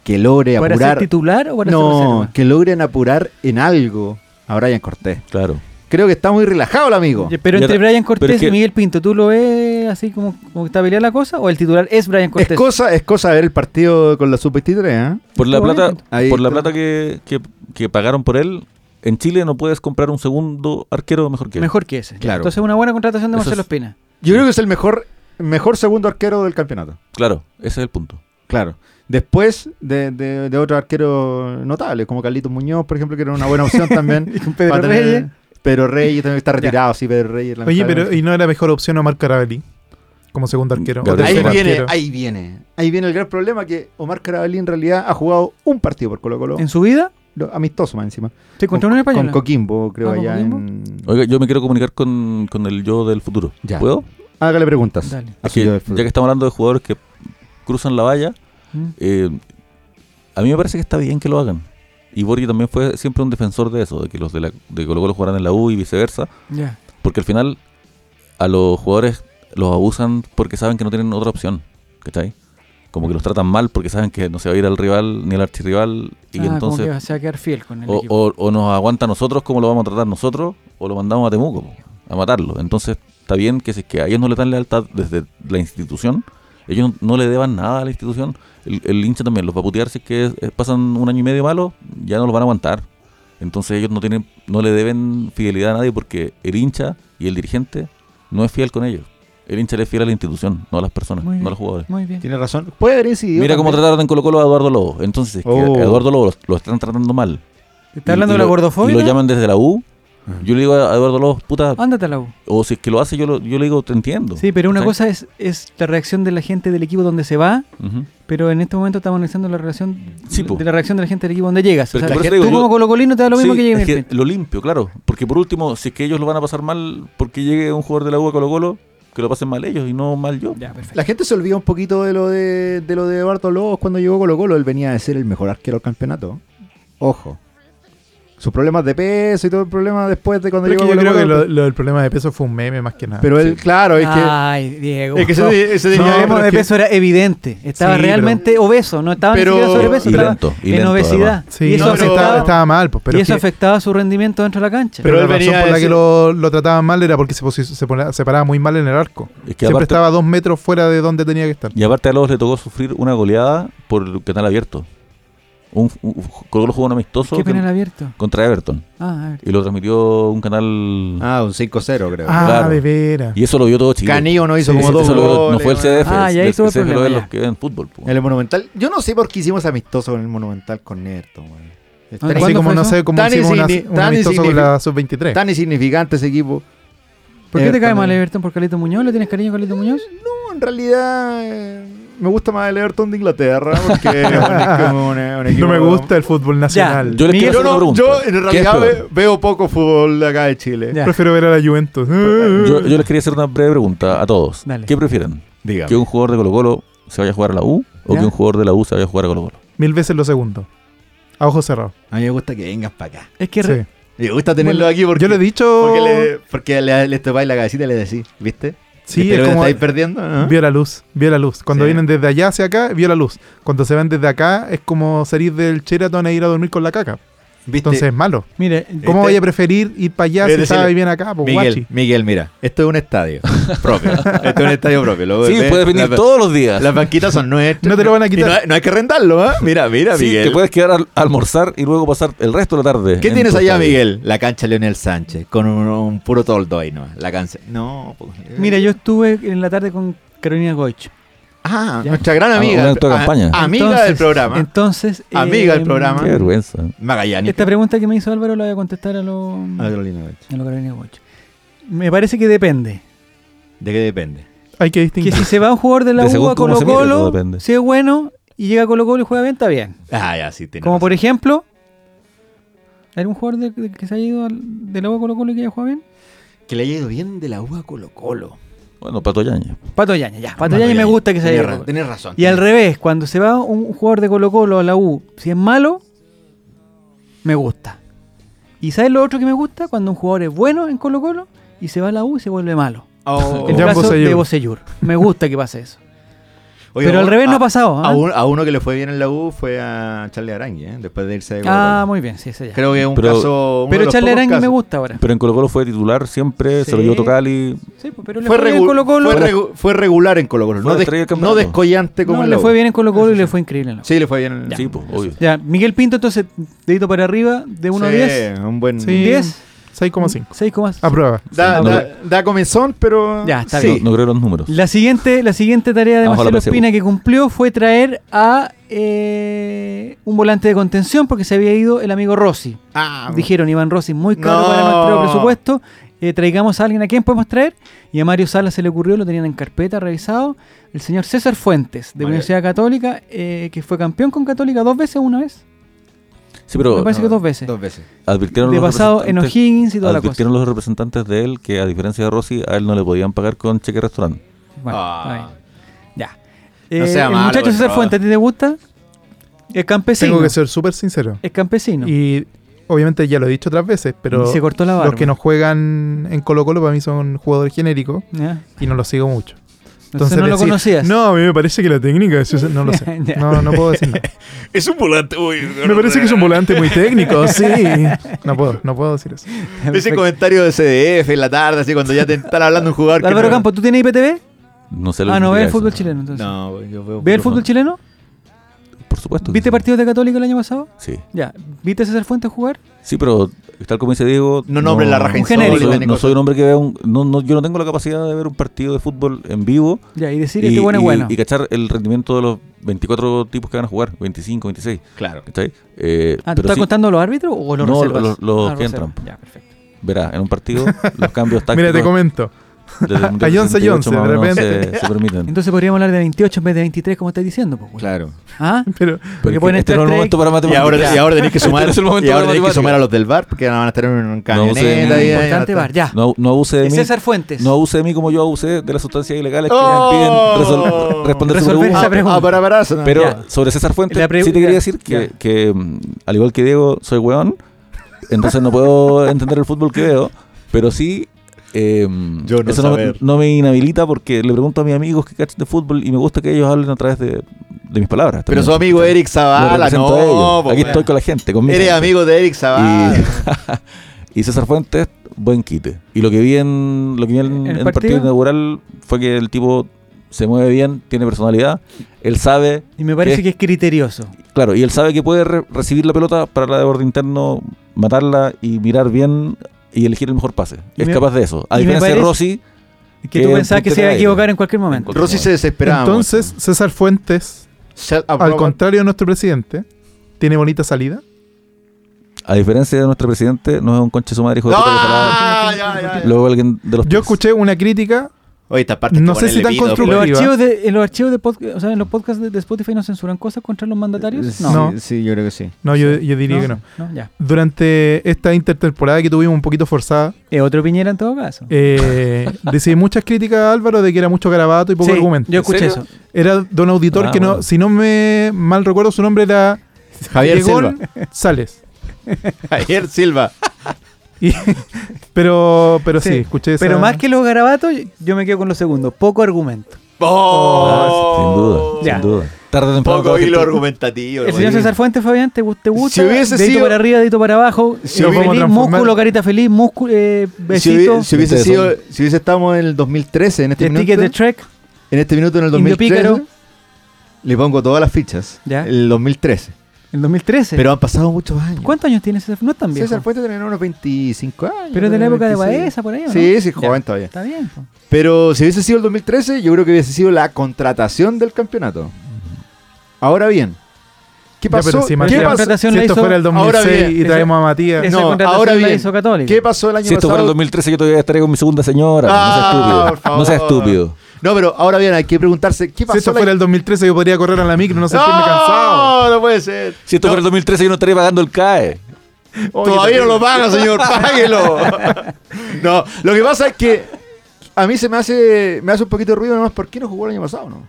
S2: que logre
S1: ¿Para ser
S2: apurar.
S1: titular o para ser
S2: No,
S1: reserva?
S2: que logren apurar en algo a Brian Cortés.
S4: Claro.
S2: Creo que está muy relajado el amigo.
S1: Ya, Pero
S4: Ya
S1: entre
S4: la-
S1: Brian
S4: pero es
S1: Cortés y
S4: que-
S1: Miguel Pinto, ¿tú lo ves así como, como que está peleada la cosa? ¿O el titular es Brian
S2: Es
S1: Cortés?
S2: cosa, es cosa ver el partido con la sub-23, ¿eh?
S4: Por la
S1: Está
S4: plata,
S1: bien.
S2: Ahí
S4: por la
S2: está.
S4: plata que, que, que pagaron por él, en Chile no puedes comprar un segundo arquero mejor que él.
S1: Mejor que ese.
S2: Claro.
S1: Entonces, una buena contratación de
S4: Eso es-
S1: Marcelo Espina.
S2: Yo creo que es el mejor, mejor segundo arquero del campeonato.
S4: Claro, ese es el punto.
S2: Claro. Después de, de, de otros arqueros notables, como Carlitos Muñoz, por ejemplo, que era una buena opción también.
S1: Y con Pedro
S2: para tener-
S1: Reyes.
S2: Pedro Reyes también está retirado, sí, Pedro Reyes.
S3: Oye, pero
S2: lamentablemente.
S3: ¿y no era mejor opción Omar Carabelli como segundo
S1: Mm,
S3: arquero?
S4: Gabriel
S3: O
S2: ahí
S3: tercer
S4: Omar.
S2: viene,
S3: arquero.
S2: ahí viene. Ahí viene el gran problema que Omar Carabalí en realidad ha jugado un partido por Colo Colo.
S1: ¿En su vida?
S2: Amistoso más encima.
S1: ¿Te encontró
S2: con,
S1: una española?
S2: Con Coquimbo, creo,
S1: Ah, ¿con
S2: allá
S1: Coquimbo?
S2: en...
S4: Oiga, yo me quiero comunicar con, con el yo del futuro.
S2: Ya.
S4: ¿Puedo?
S2: Hágale preguntas.
S1: Dale.
S2: a
S4: Es
S2: su
S4: que,
S2: yo del
S4: ya
S2: futuro.
S4: que estamos hablando de jugadores que cruzan la valla,
S1: Mm.
S4: eh, a mí me parece que está bien que lo hagan. Y Borghi también fue siempre un defensor de eso, de que los de, la, de Colo Colo jugaran en la U y viceversa.
S1: Mm, Ya.
S4: Porque al final a los jugadores los abusan porque saben que no tienen otra opción. ¿Cachai? Como que los tratan mal porque saben que no se va a ir al rival ni al archirrival. Y
S1: Ah,
S4: entonces
S1: como que se va a quedar fiel con el
S4: o,
S1: equipo.
S4: o- o nos aguanta a nosotros como lo vamos a tratar nosotros, o lo mandamos a Temuco po, a matarlo. Entonces, está bien que si es que a ellos no le dan lealtad desde la institución, ellos no le deban nada a la institución. El, el hincha también los va a putear si es que eh, pasan un año y medio malo, ya no los van a aguantar. Entonces ellos no tienen, no le deben fidelidad a nadie porque el hincha y el dirigente no es fiel con ellos. El hincha le es fiel a la institución, no a las personas,
S1: Muy
S4: no
S1: bien.
S4: a los jugadores.
S1: Muy bien.
S2: Tiene razón. Puede haber incidido.
S4: Mira cómo
S2: también.
S4: trataron en Colo Colo a Eduardo Lobo. Entonces, es que
S2: Oh.
S4: a Eduardo Lobo lo- lo están tratando mal.
S1: ¿Está
S4: Y-
S1: hablando
S4: y
S1: de la
S4: lo-
S1: gordofobia? Ah.
S4: Y lo llaman desde la U.
S2: Ajá.
S4: Yo le digo a Eduardo Lobos, puta,
S1: Ándate a la U.
S4: o si es que lo hace, yo, lo- yo le digo, te entiendo.
S1: Sí, pero una
S4: ¿Cachai?
S1: cosa es, es la reacción de la gente del equipo donde se va,
S4: Ujú.
S1: pero en este momento estamos analizando la relación
S4: Sí, po.
S1: de la reacción de la gente del equipo donde llegas.
S4: Pero
S1: O
S4: es que
S1: sea,
S4: por eso
S1: tú
S4: digo,
S1: como
S4: yo-
S1: colocolino te da lo mismo
S4: Sí,
S1: que llegue
S4: es que
S1: Miguel Pinto.
S4: Lo limpio, claro. Porque por último, si es que ellos lo van a pasar mal porque llegue un jugador de la U a Colo Colo, que lo pasen mal ellos y no mal yo.
S1: Ya, perfecto.
S2: La gente se olvida un poquito de lo de, de lo de Eduardo Lobos cuando llegó Colo Colo. Él venía de ser el mejor arquero del campeonato. Ojo. sus problemas de peso y todo el problema después de cuando
S3: Pero es
S2: llegó
S3: que yo
S2: a
S3: creo
S2: Colo
S3: que
S2: Colo.
S3: lo, lo del problema de peso fue un meme más que nada.
S2: Pero él, claro, es que.
S1: Ay, Diego.
S2: Es que
S1: no.
S2: ese, ese
S1: No,
S2: tenía-
S3: pero
S1: de
S3: es que-
S1: peso era evidente. Estaba
S3: Sí,
S1: realmente obeso, no estaba
S2: Pero-
S1: ni siquiera sobrepeso,
S4: Y
S1: estaba
S4: lento, y
S1: en
S4: lento,
S1: obesidad.
S4: además.
S3: sí,
S1: y eso,
S3: no, sí,
S2: pero-
S3: estaba,
S1: afectaba,
S3: estaba mal, pues, pero
S1: y
S3: es
S1: eso
S3: que-
S1: afectaba su rendimiento dentro de la cancha.
S2: Pero
S3: pero
S2: él
S3: la razón
S2: venía
S3: por
S2: a
S3: la que
S2: decir-
S3: lo, lo trataban mal era porque se, posi- se, ponía- se paraba muy mal en el arco.
S4: Es que
S3: Siempre
S4: aparte-
S3: estaba dos metros fuera de donde tenía que estar.
S4: Y aparte a Lobos le tocó sufrir una goleada por el canal abierto. Un, un, Colo Colo jugó un amistoso
S1: ¿Qué
S4: que-
S1: penal abierto?
S4: contra Everton
S1: Ah, a ver.
S4: y lo transmitió un canal.
S2: Ah, un 5-0, creo.
S3: Ah,
S4: Claro.
S3: de veras.
S4: Y eso lo vio todo Chile.
S2: Canillo no hizo
S3: Sí,
S2: como
S4: Eso-
S2: dos
S4: eso lo vio-
S2: goles,
S4: no fue el
S2: weón.
S4: CDF,
S1: Ah, y ahí
S4: el,
S1: tuvo el
S4: CDF lo
S1: problema,
S4: ven
S1: ya.
S4: los que ven fútbol. po.
S2: En el Monumental. Yo no sé por qué hicimos amistoso con el Monumental con Nerto, weón. Es tan,
S1: ¿Cuándo
S3: Así como
S1: fue
S3: no
S1: eso?
S3: sé cómo
S2: Tan
S3: hicimos una-
S2: insigni-
S3: un
S2: tan
S3: amistoso con la
S2: insigni-
S3: sub-23.
S2: tan insignificante ese equipo.
S1: ¿Por qué te cae
S2: Everton,
S1: mal
S2: eh.
S1: Everton por Carlito Muñoz? ¿Le tienes cariño a Carlito Muñoz?
S2: No, en realidad eh, me gusta más el Everton de Inglaterra porque es como un, un equipo.
S3: No me gusta el fútbol nacional.
S4: Yo les
S1: Miguel-
S4: quiero
S2: Yo,
S4: hacer una
S2: no,
S4: pregunta.
S2: yo en
S4: ¿Qué es
S2: realidad
S4: peor?
S2: ve- veo poco fútbol de acá de Chile.
S1: Ya.
S3: Prefiero ver a la Juventus.
S4: Yo, yo les quería hacer una breve pregunta a todos.
S1: eh. Dale.
S4: ¿Qué prefieren?
S2: Dígame.
S4: ¿Que un jugador de Colo Colo se vaya a jugar a la U o
S1: Ya.
S4: que un jugador de la U se vaya a jugar a Colo Colo?
S3: Mil veces lo segundo. A ojos cerrados.
S2: A mí me gusta que vengas para acá.
S1: Es que
S3: Sí.
S1: re-
S2: Me gusta tenerlo aquí porque,
S3: Yo le he dicho.
S2: porque le, porque le, le topáis la cabecita y le decís, ¿viste?
S3: sí,
S2: ¿Viste lo
S3: es
S2: que
S3: como.
S2: estáis perdiendo? ¿no?
S3: Vio la luz, vio la luz. Cuando
S2: ¿ah? Sí.
S3: vienen desde allá hacia acá, vio la luz. Cuando se van desde acá, es como salir del Sheraton e ir a dormir con la caca.
S2: ¿Viste?
S3: Entonces es malo.
S1: mire,
S3: ¿Cómo
S2: Este-
S3: vaya a preferir ir para allá
S2: Es
S3: si
S2: decir,
S3: estaba bien acá? Pues
S2: Miguel,
S3: guachi.
S2: Miguel, mira, esto es un estadio propio. esto es un estadio propio. Lo
S4: Sí,
S2: ves,
S4: puedes venir
S2: la-
S4: todos los días.
S2: Las banquitas son nuestras.
S3: No te lo van a
S2: Y
S3: quitar.
S2: no, hay, no hay que rentarlo, ¿ah? Mira, mira,
S4: Sí,
S2: Miguel.
S4: te puedes quedar a a almorzar y luego pasar el resto de la tarde.
S2: ¿Qué
S4: en
S2: tienes
S4: tu
S2: allá,
S4: estadio.
S2: Miguel? La cancha Leonel Sánchez, con un, un puro toldo ahí nomás. La cancha. No, pues, eh. po-
S1: mira, yo estuve en la tarde con Carolina Goich.
S2: Ah,
S1: Ya.
S2: nuestra gran
S4: Ah,
S2: amiga.
S4: una auto
S2: A-
S4: campaña.
S2: amiga del
S1: Entonces-
S2: programa.
S1: Entonces. em,
S2: Amiga del programa.
S4: Qué vergüenza.
S2: Magallanes.
S1: Esta pregunta que me hizo Álvaro la voy a contestar a los
S2: A Carolina Goich.
S1: a lo Carolina Goich. Me parece que depende.
S2: ¿De qué depende?
S3: Hay que distinguir.
S1: Que si se va un jugador de la
S4: De
S1: U
S4: según
S1: a
S4: cómo se
S1: Colo
S4: mire, todo
S1: Colo,
S4: depende.
S1: si es bueno y llega a Colo Colo y juega bien, está bien.
S2: Ah, ya, sí, tiene.
S1: Como
S2: razón.
S1: por ejemplo, ¿algún jugador de- de- que se ha ido al- de la U a Colo Colo y que haya jugado bien?
S2: Que le haya ido bien de la uva Colo Colo.
S4: Bueno, Pato Yañez.
S1: Pato Yaña, ya. Pato Yaña me gusta que se haya ido.
S2: Tienes razón.
S1: Y al revés, cuando se va un jugador de Colo Colo a la U, si es malo, me gusta. ¿Y sabes lo otro que me gusta? Cuando un jugador es bueno en Colo Colo y se va a la U y se vuelve malo.
S2: Oh.
S1: El
S3: Ya
S1: caso
S3: Bosellur.
S1: de Bosellur. Me gusta que pase eso.
S2: Oye,
S1: Pero al
S2: un-
S1: revés no
S2: a-
S1: ha pasado, ¿ah?
S2: A, un- a uno que le fue bien en la U fue a Charlie Arangui, ¿eh? después de irse de Colo
S1: Ah,
S2: Colo.
S1: muy bien, sí, ese ya.
S2: Creo que es un
S4: Pero-
S2: caso. uno de
S1: Pero
S2: los
S1: Charlie
S2: pocos
S1: Arangui me
S2: casos.
S1: gusta ahora.
S4: Pero en Colo Colo fue titular siempre, se lo
S1: Sí.
S4: llevó Tocali.
S1: Sí, pues, pero le
S2: Fue,
S1: fue, bien en
S2: regu-
S1: Colo Colo.
S2: fue regu- fue regular en Colo Colo.
S4: Fue
S2: No,
S4: la
S2: des-
S4: estrella del
S2: no
S4: campeonato.
S2: descollante como
S1: No,
S2: en
S1: le
S2: la U.
S1: fue bien en Colo Colo y le fue increíble en la U.
S2: Sí, le fue bien. en la
S4: Sí,
S2: U.
S4: pues, obvio.
S1: Ya, Miguel Pinto, entonces, dedito para arriba, de 1 a
S2: Sí,
S1: 10.
S2: Un buen.
S3: Sí.
S1: 10,
S3: 6,5.
S1: 6,5.
S3: A prueba.
S2: Da,
S4: Sí, no
S2: da- da comezón, pero.
S1: Ya, está
S2: sí.
S1: bien.
S4: No creo los números.
S1: La siguiente, la siguiente tarea de
S4: Vamos a la
S1: Marcelo
S4: PSU.
S1: Espina que cumplió fue traer a eh, un volante de contención porque se había ido el amigo Rossi.
S2: Ah,
S1: Dijeron, Iván Rossi, muy caro
S2: No.
S1: para nuestro presupuesto. eh, traigamos a alguien a quien podemos traer. Y a Mario Sala se le ocurrió, lo tenían en carpeta, revisado. El señor César Fuentes, de la
S2: Mario.
S1: Universidad Católica, eh, que fue campeón con Católica dos veces, una vez.
S4: Sí, pero
S1: Me parece que dos veces.
S2: Dos veces.
S4: advirtieron
S1: De
S4: los
S1: pasado en
S4: representantes-
S1: O'Higgins y toda la cosa.
S4: Advirtieron los representantes de él que, a diferencia de Rossi, a él no le podían pagar con cheque restaurante.
S1: Bueno,
S2: Ah.
S1: está bien. Ya.
S2: No
S1: Eh,
S2: sea
S1: el
S2: malo,
S1: muchacho
S2: por
S1: César
S2: favor.
S1: Fuentes, ¿a ti te gusta? Es campesino.
S3: Tengo que ser súper sincero.
S1: Es campesino.
S3: Y obviamente ya lo he dicho otras veces, pero
S1: se cortó la barba.
S3: los que no juegan en Colo Colo para mí son jugadores genéricos
S1: Ya.
S3: y no los sigo mucho.
S1: Entonces, no lo
S3: decir,
S1: conocías.
S3: No, a mí me parece que la técnica es... No lo sé.
S1: Ya.
S3: No, no puedo decir nada.
S2: Es un volante. Uy,
S3: Me parece que es un volante muy técnico, sí. No puedo, no puedo decir eso.
S2: Ese comentario de CDF en la tarde, así cuando ya te están hablando un jugador. que
S1: Álvaro
S2: no-
S1: Campo, ¿tú tienes IPTV?
S4: No sé lo
S1: Ah,
S4: que
S1: no, ve
S4: significa
S1: el fútbol
S4: eso.
S1: chileno entonces.
S2: No, yo veo.
S1: ¿Ve el
S4: fútbol
S1: fútbol chileno?
S4: Por supuesto. que
S1: ¿Viste
S4: sí.
S1: partidos de Católica el año pasado?
S4: Sí.
S1: Ya. ¿Viste a César Fuentes jugar?
S4: Sí, pero tal como dice Diego.
S2: No nombre la raja
S4: no
S1: insólita
S4: soy-
S2: ni
S4: No
S2: cosa.
S4: soy un hombre que vea un. No, no, yo no tengo la capacidad de ver un partido de fútbol en vivo.
S1: Ya, y decir este bueno es bueno.
S4: y cachar el rendimiento de los 24 tipos que van a jugar, 25, 26.
S2: Claro.
S4: ¿Cachai? Eh,
S1: Ah, ¿tú
S4: pero
S1: ¿Estás
S4: sí,
S1: contando los árbitros o los
S4: No,
S1: reservas?
S4: los- los
S1: Ah,
S4: que
S1: reservas.
S4: entran.
S1: Ya, perfecto.
S4: verá, en un partido los cambios tácticos.
S3: Mira, te comento.
S4: desde el minuto
S3: a Jonce,
S4: 68
S3: Jonce,
S4: más o
S3: de
S4: menos
S3: repente.
S4: Se, se permiten.
S1: Entonces podríamos hablar de 28 en vez de 23, como estás diciendo. Pues, güey.
S2: Claro.
S1: ¿Ah?
S3: Pero
S1: Porque
S4: Pero
S1: pueden
S4: este no es
S1: estar
S4: el momento para
S2: Y
S4: matemáticas.
S2: ahora, y ahora tenéis que sumar,
S4: Este es el momento
S2: y ahora
S4: para
S2: tenéis que
S4: matemáticas.
S2: sumar a los del bar, porque ahora van a estar en un camioneta. y
S4: sé,
S2: ahí Ah, van a
S1: Eh, Importante
S2: estar-
S1: bar, ya.
S4: No, no abuse de mí.
S1: César Fuentes.
S4: No abuse de mí como yo abusé de las sustancias ilegales que
S2: ¡Oh!
S4: me piden resol- responder
S1: Resolver
S4: sobre
S1: esa
S4: Google.
S1: pre- pregunta.
S2: Ah, para barazo, no.
S4: Pero
S1: Ya.
S4: sobre César Fuentes,
S1: La pre-
S4: sí te quería
S1: ya,
S4: decir que,
S1: ya.
S4: que, mm, al igual que Diego, soy weón. entonces no puedo entender el fútbol que veo, pero sí. eh,
S2: Yo no
S4: eso no, me-
S2: saber.
S4: no me inhabilita porque le pregunto a mis amigos que cachan de fútbol y me gusta que ellos hablen a través de, de mis palabras.
S2: Pero
S4: también.
S2: su amigo Eric
S4: Lo
S2: Zavala,
S4: represento a
S2: no.
S4: ellos.
S2: po,
S4: Aquí
S2: weón.
S4: estoy con la gente, con mi
S2: Eres
S4: gente.
S2: amigo de Eric Zavala.
S4: Y, y César Fuentes, buen quite. Y lo que vi en, lo que vi en, en el partido? inaugural fue que el tipo se mueve bien, tiene personalidad, él sabe,
S1: Y me parece
S4: ¿Qué?
S1: que es criterioso.
S4: claro, y él sabe que puede re- recibir la pelota para la de borde interno, matarla y mirar bien y elegir el mejor pase.
S1: Y
S4: es
S1: me-
S4: capaz de eso.
S1: y
S4: A
S1: me
S4: diferencia de
S1: parece-
S4: Rossi,
S1: Que
S4: Que
S1: tú
S4: es
S1: pensabas que
S4: puntero
S1: se iba a
S4: aire.
S1: equivocar en cualquier momento.
S2: Rossi se desesperaba.
S3: Entonces, César Fuentes,
S2: Shall-
S4: Ah,
S3: al contrario de nuestro presidente, tiene bonita salida.
S4: a diferencia de nuestro presidente, no es un conche su madre, hijo de
S2: No,
S4: puta, que ojalá
S2: ya,
S1: Ah.
S2: ya, ya.
S4: Luego alguien de los
S3: Yo
S4: tres.
S3: escuché una crítica,
S2: Oye, esta parte hay
S3: No
S2: que
S3: sé si
S2: ponerle
S3: tan
S2: pito, pues.
S1: Los
S3: constructivo. Iba.
S1: archivos de, en los archivos de podcast, o sea, en los podcasts de, de Spotify no censuran cosas contra los mandatarios. No.
S3: No.
S2: Sí, sí, Eh, yo creo que sí.
S3: no, yo, yo diría que no.
S1: ya.
S3: Durante esta intertemporada que tuvimos un poquito forzada,
S1: Eh, otro Piñera en todo caso.
S3: eh, recibí muchas críticas a Álvaro de que era mucho garabato y poco
S1: Sí,
S3: argumento.
S1: Yo escuché
S4: ¿En
S1: eso.
S4: serio?
S3: Era de un auditor
S4: Ah,
S3: que no,
S4: bueno.
S3: si no me mal recuerdo, su nombre era
S2: Javier Silva.
S3: Egón Sales.
S2: Javier Silva.
S3: Y- pero, pero sí,
S1: Sí,
S3: escuché esa-
S1: Pero más que los garabatos, yo me quedo con lo segundo. Poco argumento.
S4: Ah,
S2: ¡Oh!
S4: sin duda,
S1: Ya.
S4: sin duda. Tarde o temprano
S2: Poco
S4: toda
S2: hilo
S4: gente-
S2: argumentativo.
S1: El señor
S2: güey.
S1: César Fuentes, Fabián, ¿te, gu- te gusta?
S2: Si hubiese
S1: dedito
S2: sido-
S1: para arriba, dedito para abajo.
S2: Si
S1: eh,
S2: hubiese-
S1: feliz,
S3: transformar-
S1: músculo, carita feliz, músculo, eh,
S2: Si hubiese,
S1: besito.
S2: si hubiese
S4: Ustedes
S2: sido, si hubiese estado en el 2013, en este
S1: el
S2: minuto,
S1: ticket de Trek.
S2: en este minuto en el
S1: Indio
S2: 2013,
S1: Pícaro.
S2: le pongo todas las fichas.
S1: Ya.
S2: El 2013.
S1: El 2013.
S2: Pero han pasado muchos años.
S1: ¿Cuántos años tiene César? No es tan viejo.
S2: César Fuente tenía unos 25 años.
S1: Pero es de la época de
S2: 26.
S1: Baeza, por ahí, ¿o no?
S2: Sí, sí,
S1: Ya.
S2: joven todavía.
S1: Está bien. po.
S2: Pero si hubiese sido el 2013, yo creo que hubiese sido la contratación del campeonato. Ahora bien, ¿qué
S3: Ya, pero
S2: pasó?
S3: si
S2: ¿Qué
S3: Matías-
S2: pasó?
S1: contratación
S3: si
S1: la
S3: esto
S1: hizo-
S3: fuera el
S2: Ahora
S3: 2006
S2: bien,
S3: y traemos a Matías.
S1: Esa
S2: No,
S1: contratación
S2: ahora
S1: la
S2: bien.
S1: hizo Católica.
S2: ¿Qué pasó el año
S4: Si esto fuera el
S2: pasado?
S4: 2013, yo todavía estaría con mi segunda señora.
S2: Ah, por
S4: no seas estúpido. No seas
S2: favor.
S4: estúpido.
S2: No, pero ahora bien, hay que preguntarse, ¿qué
S3: Si
S2: pasó?
S3: esto
S2: el
S3: fuera
S2: año-
S3: el 2013 yo podría correr a la micro y no sentirme cansado.
S2: No, no puede ser.
S4: Si esto fuera el 2013, yo no estaría pagando el CAE.
S2: Todavía no lo paga, señor, páguelo. no, lo que pasa es que a mí se me hace me hace un poquito de ruido nomás, ¿por qué no jugó el año pasado, no?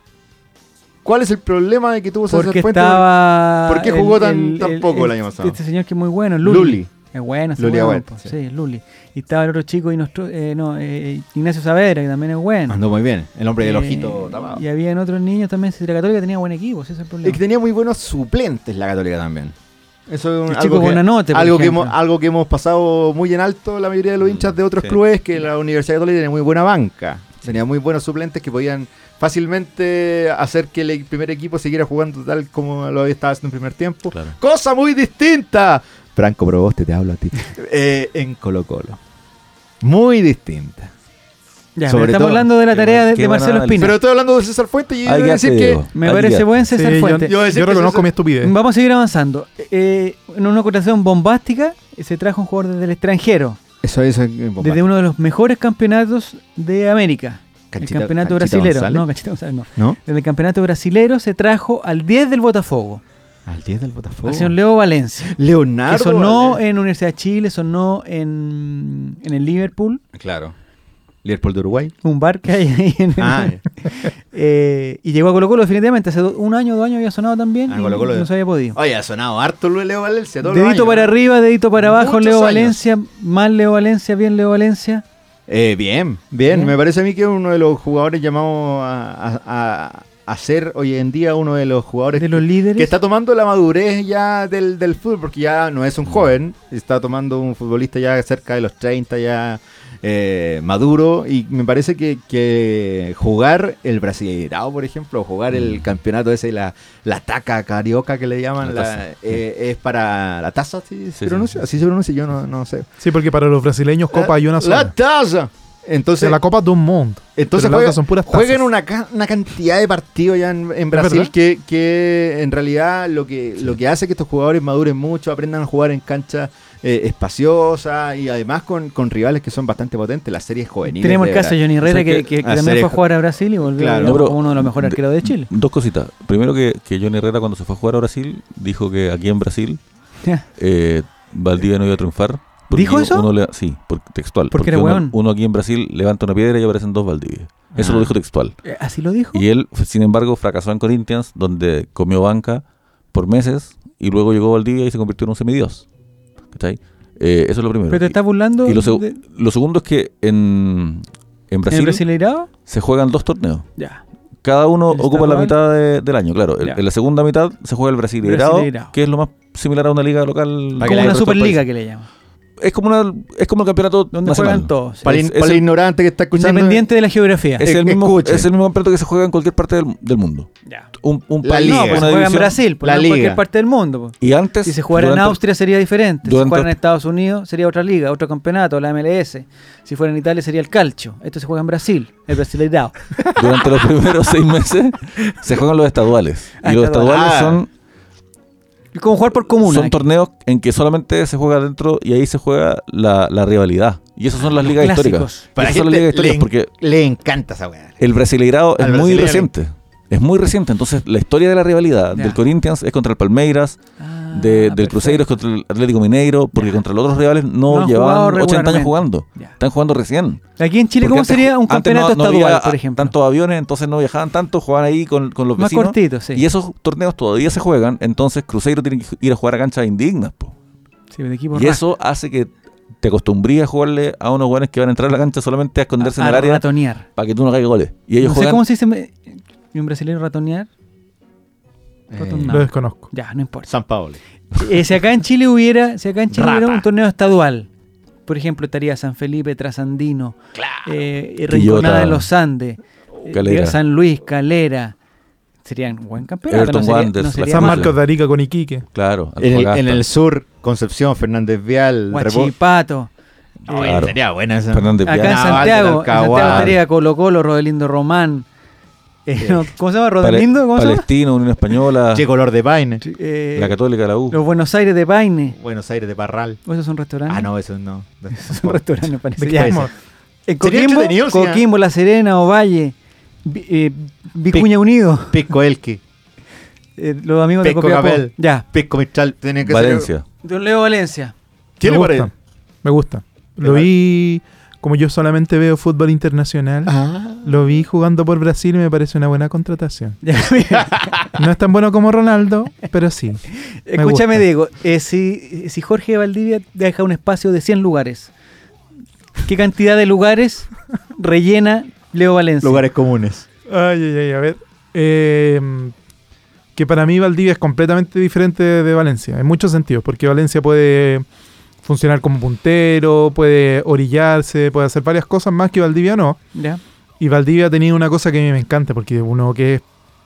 S2: ¿Cuál es el problema de que tuvo César
S1: Porque
S2: Fuentes?
S1: estaba.
S2: ¿Por qué jugó tan- tan poco el año pasado?
S1: Este señor que es muy bueno, Luli.
S2: Luli.
S1: Es bueno, ese
S2: Luli
S1: weón,
S2: Agüed,
S1: po.
S2: sí.
S1: sí. Luli. Y estaba el otro chico, y nuestro, eh, no, eh, Ignacio Saavedra, que también es bueno.
S2: Andó muy bien, el Ah, hombre del
S1: Eh,
S2: ojito tapado.
S1: Y habían otros niños también. Si la Católica tenía buen equipo, ese es el
S2: Es que
S1: problema.
S2: tenía muy buenos suplentes la Católica también. Eso es un-
S1: El chico Buenanote, por
S2: algo, que
S1: ejemplo.
S2: hemos, algo que hemos pasado muy en alto la mayoría de los hinchas de otros
S4: Mm, Sí.
S2: clubes, que la Universidad Católica tenía muy buena banca. Tenía muy buenos suplentes que podían fácilmente hacer que el primer equipo siguiera jugando tal como lo había estado haciendo en primer tiempo.
S4: Claro.
S2: Cosa muy distinta. Franco Proboste, te hablo a ti. Eh, en Colo Colo. Muy distinta.
S1: Ya, pero
S2: sobre
S1: estamos
S2: todo-
S1: hablando de la
S4: qué
S1: tarea
S4: buen-
S1: de,
S4: qué
S1: de
S4: buen
S1: Marcelo
S4: análisis.
S1: Espina.
S2: Pero estoy hablando de César Fuentes y yo
S4: Ahí
S2: voy a
S4: quedaste,
S2: decir que...
S4: Diego.
S1: Me
S4: Ahí
S1: parece
S4: quedaste.
S1: buen
S3: Sí,
S1: César
S3: yo,
S1: Fuentes.
S2: Yo voy a decir
S3: yo
S2: que
S3: reconozco
S2: César-
S3: mi estupidez.
S1: Vamos a seguir avanzando. Eh, en una ocasión bombástica, se trajo un jugador desde el extranjero,
S2: Eso es...
S1: desde uno de los mejores campeonatos de América.
S2: Canchita-
S1: el campeonato
S2: Canchita
S1: brasilero.
S2: González.
S1: No, Canchita González no.
S2: ¿No?
S1: Desde el campeonato brasilero se trajo al 10 del Botafogo,
S2: Al 10 del Botafogo.
S1: al señor Leo Valencia.
S2: Leonardo.
S1: Que sonó
S2: Oh. Valencia.
S1: en Universidad de Chile, sonó en, en el Liverpool,
S2: Claro. Liverpool de Uruguay.
S1: un bar que hay ahí en
S2: Ah,
S1: Eh, y llegó a Colo Colo definitivamente. Hace do- un año, dos años había sonado también
S2: A
S1: y
S2: Colo Colo.
S1: no se había podido.
S2: Oye, ha sonado harto Luis Leo Valencia. todos los
S1: Dedito
S2: años.
S1: para arriba, dedito para abajo,
S2: Muchos
S1: Leo
S2: años.
S1: Valencia, mal Leo Valencia, bien Leo Valencia.
S2: Eh, bien, bien,
S1: Bien.
S2: Me parece a mí que es uno de los jugadores llamados a, a- a- a ser hoy en día uno de los jugadores
S1: De los líderes.
S2: que está tomando la madurez ya del, del fútbol, porque ya no es
S4: Mm.
S2: un joven, está tomando un futbolista ya cerca de los 30, ya eh, maduro, y me parece que, que jugar el Brasileirao, por ejemplo, o jugar el campeonato ese, la, la taca carioca que le llaman,
S4: Mm. La
S2: la-
S4: taza,
S2: eh, es para la taza, ¿sí se
S4: sí,
S2: pronuncia?
S4: sí.
S2: Así se pronuncia, yo no, no sé.
S3: Sí, porque para los brasileños copa
S2: La-
S3: hay una sola.
S2: La taza.
S3: O sea,
S2: Entonces,
S3: la copa de un mundo.
S2: entonces
S3: Pero las
S2: juega-
S3: otras son puras tazas.
S2: juegan una, ca- una cantidad de partidos ya en, en Brasil
S3: verdad?
S2: que, que en realidad lo que, lo que hace que estos jugadores maduren mucho, aprendan a jugar en canchas eh, espaciosas y además con, con rivales que son bastante potentes, las series juveniles.
S1: Tenemos el
S2: de
S1: caso de
S2: Brasil.
S1: Johnny Herrera
S4: O sea
S1: que,
S4: que-
S1: que- que
S2: a
S1: también
S2: Cerezo.
S1: fue a jugar a Brasil y volvió
S2: Claro.
S1: digamos,
S4: No, pero-
S1: como uno de los mejores arqueros de Chile.
S4: Dos cositas. Primero que, que Johnny Herrera cuando se fue a jugar a Brasil dijo que aquí en Brasil eh, Valdivia no iba a triunfar. porque
S1: ¿Dijo eso?
S4: uno le- sí, por- textual.
S1: Porque era
S4: uno-
S1: hueón.
S4: uno, aquí en Brasil levanta una piedra y aparecen dos Valdivia. Eso
S2: Ah.
S4: lo dijo textual.
S1: Eh, Así lo dijo.
S4: Y él, sin embargo, fracasó en Corinthians, donde comió banca por meses y luego llegó a Valdivia y se convirtió en un semidios. ¿Cachai? Eh, eso es lo primero.
S1: ¿Pero te estás burlando?
S4: y lo, seg-
S1: de-
S4: lo segundo es que en, en
S1: ¿En
S4: Brasil
S1: Brasileirao?
S4: se juegan dos torneos.
S1: Ya.
S4: Cada uno
S1: El
S4: ocupa
S1: estadual.
S4: la mitad de- del año, claro. El-
S1: Ya.
S4: En la segunda mitad se juega el Brasileirao,
S1: Brasileirao.
S4: que es lo más similar a una liga local.
S2: Para que
S1: Como
S2: la-
S4: del
S1: una
S4: resto del
S1: superliga que le llaman.
S4: país. Es como, una, es como el campeonato
S1: Donde
S4: nacional.
S1: juegan todos. sí.
S2: Para el,
S4: Es-
S2: para el
S4: es-
S2: ignorante que está escuchando.
S1: Independiente de la geografía.
S4: Es el,
S2: Eh,
S4: mismo,
S2: escuche.
S4: es el mismo campeonato que se juega en cualquier parte del, del mundo.
S1: Ya.
S4: Un, un
S2: La
S4: país,
S2: liga.
S1: No, pues se
S4: una
S1: juega en
S4: división.
S1: Brasil, pues,
S2: La
S1: no en
S2: liga.
S1: cualquier parte del mundo. pues.
S4: Y antes.
S1: Si se jugara en
S4: durante-
S1: Austria sería diferente. Si
S4: durante-
S1: jugara en Estados Unidos sería otra liga, otro campeonato, la MLS. Si fuera en Italia sería el calcio. Esto se juega en Brasil, el Brasileirao.
S4: durante los primeros seis meses se juegan los estaduales.
S1: Ah,
S4: y los
S1: estaduales.
S4: estaduales
S2: Ah.
S4: son,
S1: Y Como jugar por comuna.
S4: son torneos en que solamente se juega adentro y ahí se juega la, la rivalidad. Y esas son las ligas
S1: clásicos.
S4: históricas.
S2: Para la
S4: esas son las
S2: gente
S4: ligas históricas
S2: le-
S4: porque
S2: Le encanta esa weá.
S4: el brasileirado es
S2: Al
S4: muy
S2: brasileiro.
S4: reciente. Es muy reciente. Entonces, la historia de la rivalidad
S1: Ya.
S4: del Corinthians es contra el Palmeiras,
S1: Ah,
S4: de- del
S1: perfecto.
S4: Cruzeiro es contra el Atlético Mineiro, porque contra los otros rivales
S1: No
S4: no,
S1: han jugado
S4: llevaban 80
S1: regularmente.
S4: años jugando.
S1: Ya.
S4: Están jugando recién.
S1: Aquí en Chile,
S4: Porque
S1: ¿cómo
S4: antes
S1: sería
S4: ju-
S1: un
S4: antes
S1: campeonato
S4: no- no había,
S1: estadual,
S4: ah,
S1: por ejemplo?
S4: Tantos aviones, entonces no viajaban tanto, jugaban ahí con, con los
S1: Más
S4: vecinos.
S1: cortito, sí.
S4: Y esos torneos todavía se juegan, entonces Cruzeiro tiene que ir a jugar a canchas indignas. po.
S1: Sí, de equipo
S4: Y eso hace que te acostumbrías a jugarle a unos buenos que van a entrar a la cancha solamente a esconderse
S1: a,
S4: en el área
S1: ratonear.
S4: para que tú no caigas goles. Y ellos
S1: no sé
S4: juegan.
S1: cómo se dice me- en brasileño ratonear. Rotundo.
S3: Lo desconozco.
S1: Ya, no importa.
S2: Eh, San Paolo.
S1: Eh, si acá en Chile hubiera, si acá en Chile hubiera
S2: Rata.
S1: un torneo estadual, por ejemplo, estaría San Felipe, Trasandino, eh, eh, Rinconada
S4: Quillota.
S1: de los Andes, eh,
S4: Uh, Calera.
S1: San Luis, Calera. Serían buen campeonato.
S4: Everton
S1: no sería-
S4: Wanderers,
S1: no
S4: la
S1: sería
S3: San
S4: Mafia.
S1: malo.
S3: Marcos de Arica con Iquique.
S4: Claro,
S2: En el,
S4: Antofagasta.
S2: en el sur, Concepción, Fernández Vial. Repo-
S1: Huachipato.
S2: No,
S1: eh,
S2: Sería buena esa.
S4: Fernández
S1: acá en
S4: Vial.
S2: Vial,
S1: Santiago, en Santiago
S2: Talcahuano.
S1: estaría Colo Colo, Rodelindo Román. eh, no, ¿Cómo se llama? ¿Rodelindo?
S4: Pale-
S1: ¿Cómo se llama?
S4: Palestino, Unión Española,
S2: Che color de paine.
S1: Eh,
S4: la Católica, la U.
S1: los Buenos Aires de Paine.
S2: Buenos Aires de Parral.
S1: ¿O esos son restaurantes?
S2: Ah, no, eso no.
S1: Son restaurantes, parece.
S3: ¿De qué
S1: Ya. En
S3: estamos?
S2: Sería
S1: Eh, Coquimbo,
S2: entretenido, sí,
S1: Coquimbo, La Serena, Ovalle, Vi- eh, Vicuña Unido,
S2: Pisco Elqui,
S1: eh, los amigos
S2: Pesco
S1: de Copiapó.
S2: Capel.
S1: Ya.
S2: Pisco Mistral. Tiene que
S4: Valencia.
S1: Don Leo Valencia.
S2: ¿Tiene
S3: me
S2: por
S3: gusta. Me gusta. Lo vi, como yo solamente veo fútbol internacional,
S2: Ah.
S1: Ah,
S3: lo vi jugando por Brasil y me parece una buena contratación.
S1: Ya, mira.
S3: No es tan bueno como Ronaldo, pero sí.
S1: Escúchame,
S3: gusta.
S1: Diego. eh, si, si Jorge Valdivia deja un espacio de 100 lugares, ¿qué cantidad de lugares rellena Leo Valencia?
S2: Lugares comunes.
S3: Ay, ay, ay, a ver. Eh, que para mí Valdivia es completamente diferente de Valencia, en muchos sentidos, porque Valencia puede funcionar como puntero, puede orillarse, puede hacer varias cosas más que Valdivia no.
S1: Ya,
S3: Y Valdivia ha tenido una cosa que a mí me encanta, porque uno que es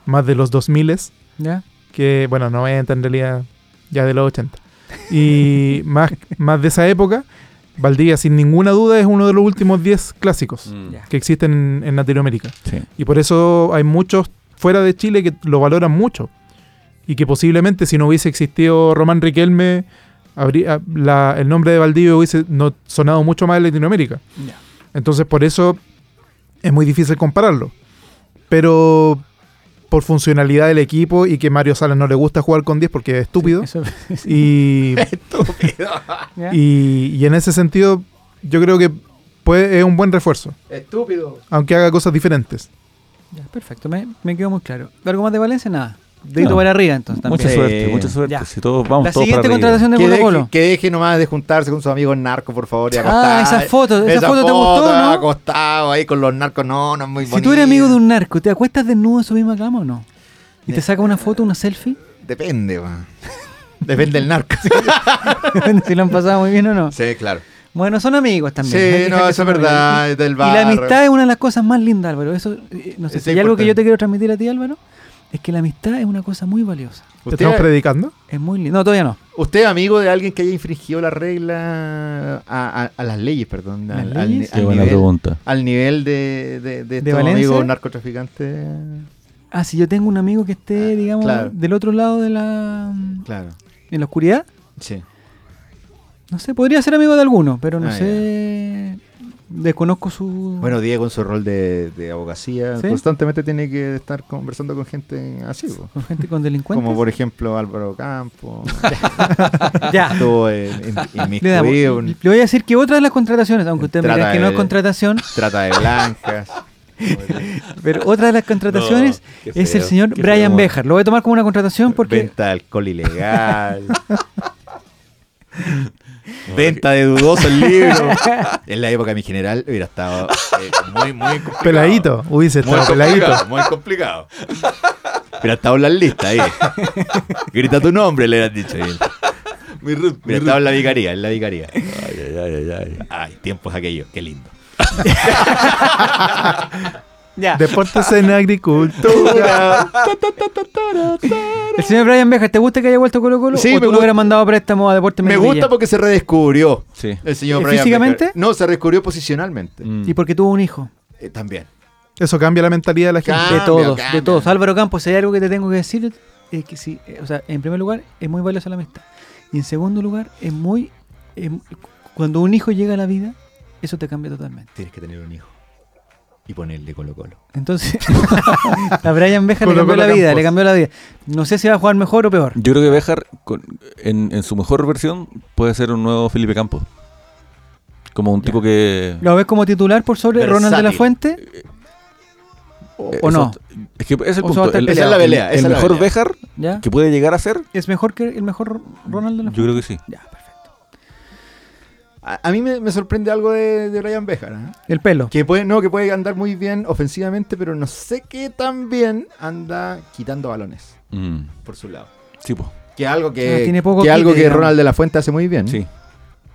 S3: más de los 2000
S1: ya.
S3: que, bueno, 90 en realidad, ya de los 80. Y más, más de esa época, Valdivia sin ninguna duda es uno de los últimos 10 clásicos
S4: Mm,
S1: Ya.
S3: que existen en, en Latinoamérica.
S4: sí.
S3: Y por eso hay muchos fuera de Chile que lo valoran mucho. Y que posiblemente si no hubiese existido Román Riquelme, habría, ah, la- el nombre de Valdivia hubiese no, sonado mucho más en Latinoamérica.
S1: ya.
S3: Entonces por eso es muy difícil compararlo. Pero por funcionalidad del equipo y que Mario Salas no le gusta jugar con 10 porque es estúpido.
S1: Eso-
S3: Y,
S1: ya.
S3: y- y en ese sentido yo creo que puede- es un buen refuerzo,
S2: Estúpido.
S3: aunque haga cosas diferentes.
S1: Ya, perfecto, me, me quedó muy claro. ¿Algo más de Valencia? Nada. Dedito
S4: No.
S1: para arriba, entonces también. eh,
S4: Mucha
S2: Sí.
S4: suerte, mucha suerte.
S1: Ya.
S4: Si todos vamos
S1: La
S4: todos
S1: siguiente
S4: para arriba.
S1: contratación de
S2: Que
S1: Colo
S2: deje,
S1: Colo.
S2: que deje nomás de juntarse con sus amigos narcos, por favor. Y
S1: Ah, esas fotos, esa foto te gustó, ¿no?
S2: acostado ahí con los narcos. No, no es muy bonito.
S1: Si tú eres amigo de un narco, ¿te acuestas desnudo en su misma cama o no? ¿Y te saca una foto, una selfie?
S2: Depende, weón. Depende del narco.
S1: si lo han pasado muy bien o no.
S2: sí, claro.
S1: Bueno, son amigos también.
S2: Sí,
S1: hay que dejar
S2: no,
S1: que
S2: eso
S1: son
S2: es verdad,
S1: amigos. Y-
S2: del
S1: Y la
S2: barrio.
S1: amistad es una de las cosas más lindas, Álvaro. Eso, eh, no sé,
S2: Es
S1: si hay algo que
S2: importante.
S1: yo te quiero transmitir a ti, Álvaro, es que la amistad es una cosa muy valiosa.
S3: ¿Te estamos
S2: ¿Usted,
S3: predicando?
S1: Es muy linda. No, todavía no.
S2: usted es amigo de alguien que haya infringido la regla a, a- a las leyes, perdón.
S1: ¿Las
S2: al- al-
S1: leyes?
S4: Qué
S2: al
S4: buena
S2: nivel-
S4: pregunta.
S2: al nivel de, de, de
S1: ¿De
S2: estos
S1: Valencia?
S2: amigos narcotraficantes.
S1: Ah, si yo tengo un amigo que esté,
S2: Ah,
S1: digamos,
S2: claro.
S1: del otro lado de la...
S2: Claro,
S1: en la oscuridad,
S2: sí.
S1: no sé, podría ser amigo de alguno, pero no
S2: Ah,
S1: sé... Desconozco su...
S2: Bueno, Diego en su rol de, de abogacía
S1: ¿Sí?
S2: constantemente tiene que estar conversando con gente así. po.
S1: con gente con delincuentes.
S2: Como por ejemplo Álvaro Campo.
S1: ya.
S2: estuvo en, en,
S1: Le, damos.
S2: inmiscuido en
S1: Le voy a decir que otra de las contrataciones, aunque ustedes me
S2: Trata
S1: digan que no es
S2: de-
S1: contratación,
S2: trata de blancas.
S1: pero otra de las contrataciones
S4: No, qué
S1: es el
S4: feo,
S1: señor
S4: qué
S1: Brian
S4: feo.
S1: Bejar. Lo voy a tomar como una contratación porque
S2: Venta de alcohol ilegal. Venta de dudosos libros. en la época de mi general hubiera estado eh, muy, muy complicado.
S3: Peladito, hubiese
S2: Muy
S3: estado peladito.
S2: complicado, muy complicado. Hubiera estado en la lista ahí. Grita tu nombre, le hubieran dicho. ahí.
S4: Mi Ruth, mi
S2: Hubiera
S4: Ruth.
S2: estado en la vicaría, en la vicaría.
S4: Ay, ay, ay, ay, ay.
S2: Ay, tiempos aquellos, qué lindo.
S1: Ya.
S3: Deportes en agricultura.
S1: El señor Brian Beja, ¿te gusta que haya vuelto Colo Colo?
S2: Sí,
S1: ¿O
S2: me
S1: tú lo
S2: gusta.
S1: hubieras mandado a préstamo a Deportes
S2: Me
S1: Melipilla?
S2: gusta porque se redescubrió
S4: Sí.
S2: el señor
S1: ¿Eh,
S2: Brian
S1: físicamente?
S2: Becker. No, se redescubrió posicionalmente.
S4: Mm.
S1: Y porque tuvo un hijo.
S2: Eh, también.
S3: Eso cambia la mentalidad de la gente.
S1: de
S2: Cambia,
S1: todos,
S2: cambia.
S1: de todos. Álvaro Campos, si hay algo que te tengo que decir, es que sí, eh, o sea, en primer lugar, es muy valiosa la amistad. Y en segundo lugar, es muy. es- cuando un hijo llega a la vida, eso te cambia totalmente.
S2: Tienes que tener un hijo. Y ponerle Colo Colo.
S1: Entonces, a Brian Beja le
S3: Colo
S1: cambió
S3: Colo
S1: la vida,
S3: Campos.
S1: le cambió la vida. No sé si va a jugar mejor o peor.
S4: Yo creo que Bejar, con- en, en su mejor versión, puede ser un nuevo Felipe Campos. Como un tipo que.
S1: ¿Lo ves como titular por sobre Ronald de la
S2: Versátil.
S1: Fuente? ¿O,
S4: Eh,
S1: o no?
S4: Eso- Es que ese es el
S1: O sea, va a
S4: punto.
S1: estar
S2: peleado.
S4: El, el-
S2: Esa es la pelea,
S4: el
S2: esa es la
S4: mejor
S2: pelea.
S4: Bejar
S1: ¿Ya?
S4: que puede llegar a ser,
S1: ¿Es mejor que el mejor Ronald de la
S4: yo
S1: Fuente?
S4: creo que sí.
S1: Ya, perfecto.
S2: A, a mí me, me sorprende algo de, de Brian Bejar. ¿eh?
S1: El pelo.
S2: Que puede, no, que puede andar muy bien ofensivamente, pero no sé qué tan bien anda quitando balones
S4: Mm.
S2: por su lado.
S4: Sí, po.
S2: Que algo
S1: O
S2: que,
S1: sea, Ah, tiene poco
S2: que, algo
S1: quite,
S2: que
S1: digamos.
S2: Ronald de la Fuente hace muy bien.
S4: Sí.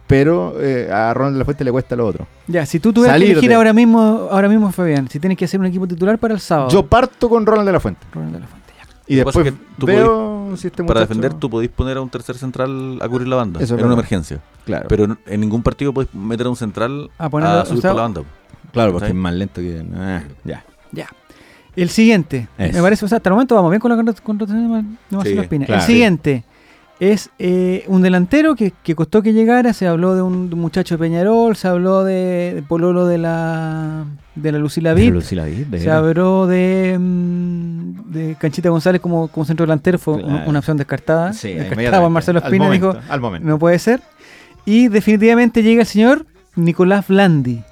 S2: Pero eh, a Ronald de la Fuente le cuesta lo otro.
S1: Ya, si tú tuvieras que
S2: Salir
S1: elegir
S2: de-
S1: ahora mismo, ahora mismo, Fabián, si tienes que hacer un equipo titular para el sábado.
S2: Yo parto con Ronald de la Fuente.
S1: Ronald de la Fuente, ya.
S2: Y
S4: Lo que pasa
S2: después
S4: es que tú
S2: veo si este
S4: Para
S2: muchacho-
S4: defender, tú podéis poner a un tercer central a cubrir la banda
S2: Eso es
S4: en
S2: verdad.
S4: una emergencia.
S2: Claro,
S4: Pero en- en ningún partido podéis meter a un central
S1: A
S4: a,
S1: ponerlo- o
S4: subir
S1: sea,
S4: por la banda. po.
S2: claro porque
S4: Sí.
S2: es más lento que. ah, ya.
S1: Ya. El siguiente,
S2: Eso.
S1: me parece, o sea, hasta el momento vamos bien con la contrat- contratación de Mar- de Marcelo
S4: Sí,
S1: Espina.
S2: claro.
S1: El siguiente es eh, un delantero que, que costó que llegara, se habló de un, de un muchacho de Peñarol, se habló de, de Pololo de la, de la Lucila Vitt,
S2: Pero sí la
S1: se
S2: vi, de
S4: ¿eh?
S2: veras.
S1: habló de, mm, de Canchita González como, como centro delantero, fue un-
S2: Claro.
S1: una opción descartada.
S2: Sí,
S1: descartada
S2: inmediatamente.
S1: por Marcelo Espina,
S2: al
S1: dijo,
S2: momento, Al momento.
S1: no puede ser. Y definitivamente llega el señor Nicolás Blandi,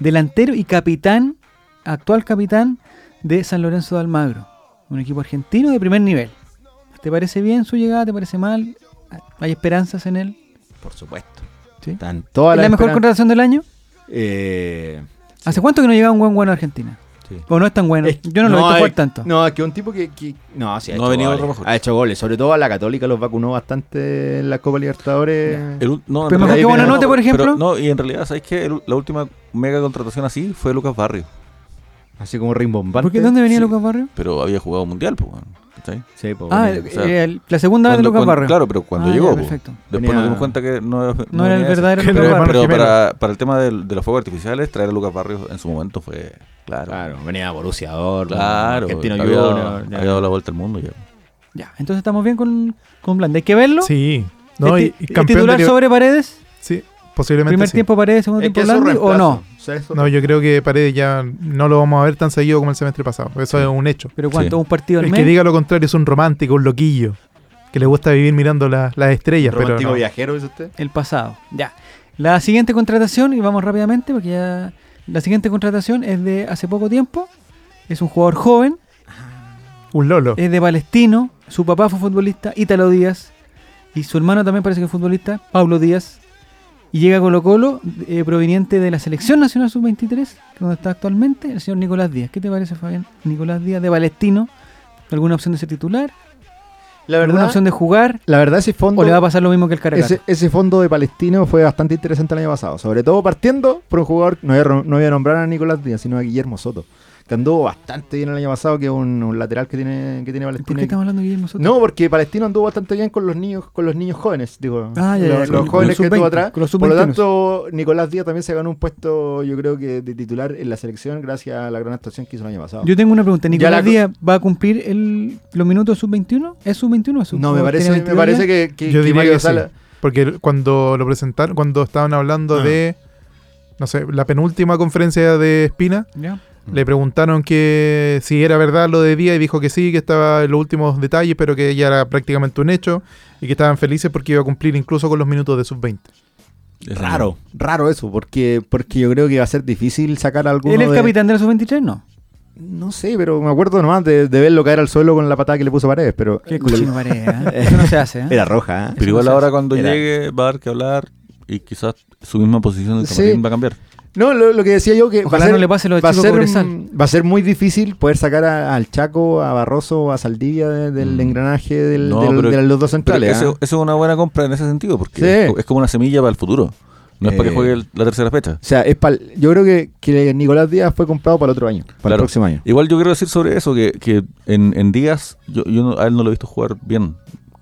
S1: delantero y capitán, actual capitán de San Lorenzo de Almagro, un equipo argentino de primer nivel. ¿Te parece bien su llegada? ¿Te parece mal? ¿Hay esperanzas en él?
S2: Por supuesto.
S1: Sí.
S2: Están todas
S1: ¿Es la
S2: las
S1: mejor
S2: esperanzas.
S1: contratación del año?
S2: Eh,
S1: ¿Hace cuánto que no llega un buen bueno a Argentina?
S4: Sí.
S1: ¿O no es tan bueno?
S2: es-
S1: Yo no, lo he visto
S2: es-
S1: jugar tanto.
S2: No, es que un tipo que. que- no, sí, ha
S4: No
S2: hecho
S4: ha venido
S2: goles.
S4: otro mejor.
S2: Ha hecho goles. Sobre todo a la Católica los vacunó bastante en la Copa Libertadores.
S4: El ul- no,
S1: Pero
S4: en realidad-
S1: mejor que
S2: ahí viene-
S1: Buenanote, por ejemplo.
S4: Pero, no, y en realidad, ¿sabes qué? El- la última mega contratación así fue Lucas Barrio.
S2: Así como rimbombante.
S1: ¿Por qué? ¿Dónde venía
S4: sí.
S1: Lucas Barrio?
S4: Pero había jugado mundial, pues. ¿cachai?
S2: Sí, po,
S1: Ah,
S2: venía-
S1: el-
S4: o sea,
S1: el- la segunda vez de
S4: Cuando-
S1: Lucas
S4: cuando-
S1: Barrio.
S4: Claro, pero cuando
S1: Ah, ya,
S4: llegó, po.
S1: perfecto.
S4: después
S2: Venía-
S4: nos dimos cuenta que no,
S1: No era el
S4: ese.
S1: verdadero
S3: Que no
S1: Lucas Barrio.
S3: era Bueno,
S4: Pero
S3: Jimeno.
S4: para, para el tema del- de los fuegos artificiales, traer a Lucas Barrios en su momento fue. Claro. Claro.
S2: Claro, venía Borussia Dortmund, Argentino
S4: había,
S2: Junior. ya.
S4: había dado la vuelta al mundo ya.
S1: Ya, entonces estamos bien con, con Blandi. Hay que verlo.
S3: Sí. No, y,
S1: Este-
S3: y
S1: ¿y
S3: campeón
S1: titular
S3: de liber-
S1: sobre paredes?
S3: Sí, posiblemente
S1: ¿Primer
S3: sí.
S1: tiempo paredes, segundo
S2: Es que
S1: tiempo
S2: eso
S1: Blandi o
S2: reemplazo.
S1: no?
S2: O sea, eso-
S3: No, yo creo que Paredes ya no lo vamos a ver tan seguido como el semestre pasado. Eso es un hecho.
S1: Pero cuánto,
S4: Sí.
S1: un partido al
S3: El que
S1: mes.
S3: diga lo contrario es un romántico, un loquillo, que le gusta vivir mirando la- las estrellas. Pero
S2: romántico
S3: no.
S2: viajero, ¿es usted?
S1: El pasado. Ya. La siguiente contratación, y vamos rápidamente porque ya. La siguiente contratación es de hace poco tiempo. Es un jugador joven,
S3: un lolo.
S1: es de Palestino. Su papá fue futbolista, Ítalo Díaz. Y su hermano también parece que es futbolista, Pablo Díaz. Y llega a Colo Colo, eh, proveniente de la Selección Nacional Sub-23, donde está actualmente el señor Nicolás Díaz. ¿Qué te parece, Fabián? Nicolás Díaz de Palestino. ¿Alguna opción de ser titular?
S2: La
S1: ¿Alguna
S2: verdad,
S1: opción de jugar?
S2: la verdad, ese fondo.
S1: ¿O le va a pasar lo mismo que el Caracas?
S2: Ese, ese fondo de Palestino fue bastante interesante el año pasado, sobre todo partiendo por un jugador, no voy a, rom- no voy a nombrar a Nicolás Díaz, sino a Guillermo Soto, que anduvo bastante bien el año pasado, que es un, un lateral que tiene, que tiene
S1: ¿Por qué
S2: Palestino.
S1: estamos hablando de Guillermo Soto?
S2: No, porque Palestino anduvo bastante bien con los niños, con los niños jóvenes, digo,
S1: Ah, ya, ya,
S2: los,
S1: con-
S2: los
S1: con
S2: jóvenes
S1: los
S2: que estuvo
S1: sub-20,
S2: atrás.
S1: con los
S2: Por lo
S1: sub-21.
S2: tanto, Nicolás Díaz también se ganó un puesto, yo creo que de titular en la selección, gracias a la gran actuación que hizo el año pasado.
S1: Yo tengo una pregunta.
S2: Ya
S1: ¿Nicolás
S2: la-
S1: Díaz va a cumplir el, los minutos sub-21? ¿Es sub-21 o sub
S2: no, me
S1: o
S2: parece,
S1: tiene
S2: me
S1: 22
S2: parece
S1: ya?
S2: que, que-
S3: Yo
S2: que
S3: diría
S2: Mario
S3: que sí.
S2: Sala-
S3: Porque cuando lo presentaron, cuando estaban hablando
S2: Ah.
S3: de, no sé, la penúltima conferencia de Espina,
S1: Ya.
S3: le preguntaron que si era verdad lo de Díaz y dijo que sí, que estaba en los últimos detalles, pero que ya era prácticamente un hecho y que estaban felices porque iba a cumplir incluso con los minutos de sub-20.
S2: Raro, raro eso, porque, porque yo creo que va a ser difícil sacar alguno
S1: ¿Él es el
S2: de-
S1: capitán de la sub-23? No.
S2: No sé, pero me acuerdo nomás de, de verlo caer al suelo con la patada que le puso Paredes, pero
S1: Qué cochino pareja, ¿eh? Eso no se hace. ¿eh?
S2: era roja, ¿eh?
S4: Pero igual
S1: Eso se
S4: ahora
S1: hace.
S4: cuando
S2: Era-
S4: llegue va a haber que hablar y quizás su misma posición del
S2: Sí.
S4: camarín va a cambiar.
S2: No, lo, lo que decía yo que
S1: Ojalá
S2: va a ser-
S1: no le pase lo de
S2: va a
S1: Chico
S2: ser,
S1: Cobresal.
S2: mm, va a ser muy difícil poder sacar a- al Chaco, a Barroso, a Saldivia de- del
S4: Mm.
S2: engranaje del-
S4: No,
S2: del-
S4: pero-
S2: de los dos
S4: Pero
S2: centrales.
S4: eso,
S2: ¿ah?
S4: eso es una buena compra en ese sentido, porque
S2: Sí.
S4: es, co- es como una semilla para el futuro. No es para
S2: Eh.
S4: que juegue el- la tercera fecha.
S2: O sea, es pa'l- yo creo que, que Nicolás Díaz fue comprado para el otro año, para el
S4: Claro.
S2: próximo año.
S4: Igual yo quiero decir sobre eso, que, que en, en Díaz, yo, yo no- a él no lo he visto jugar bien,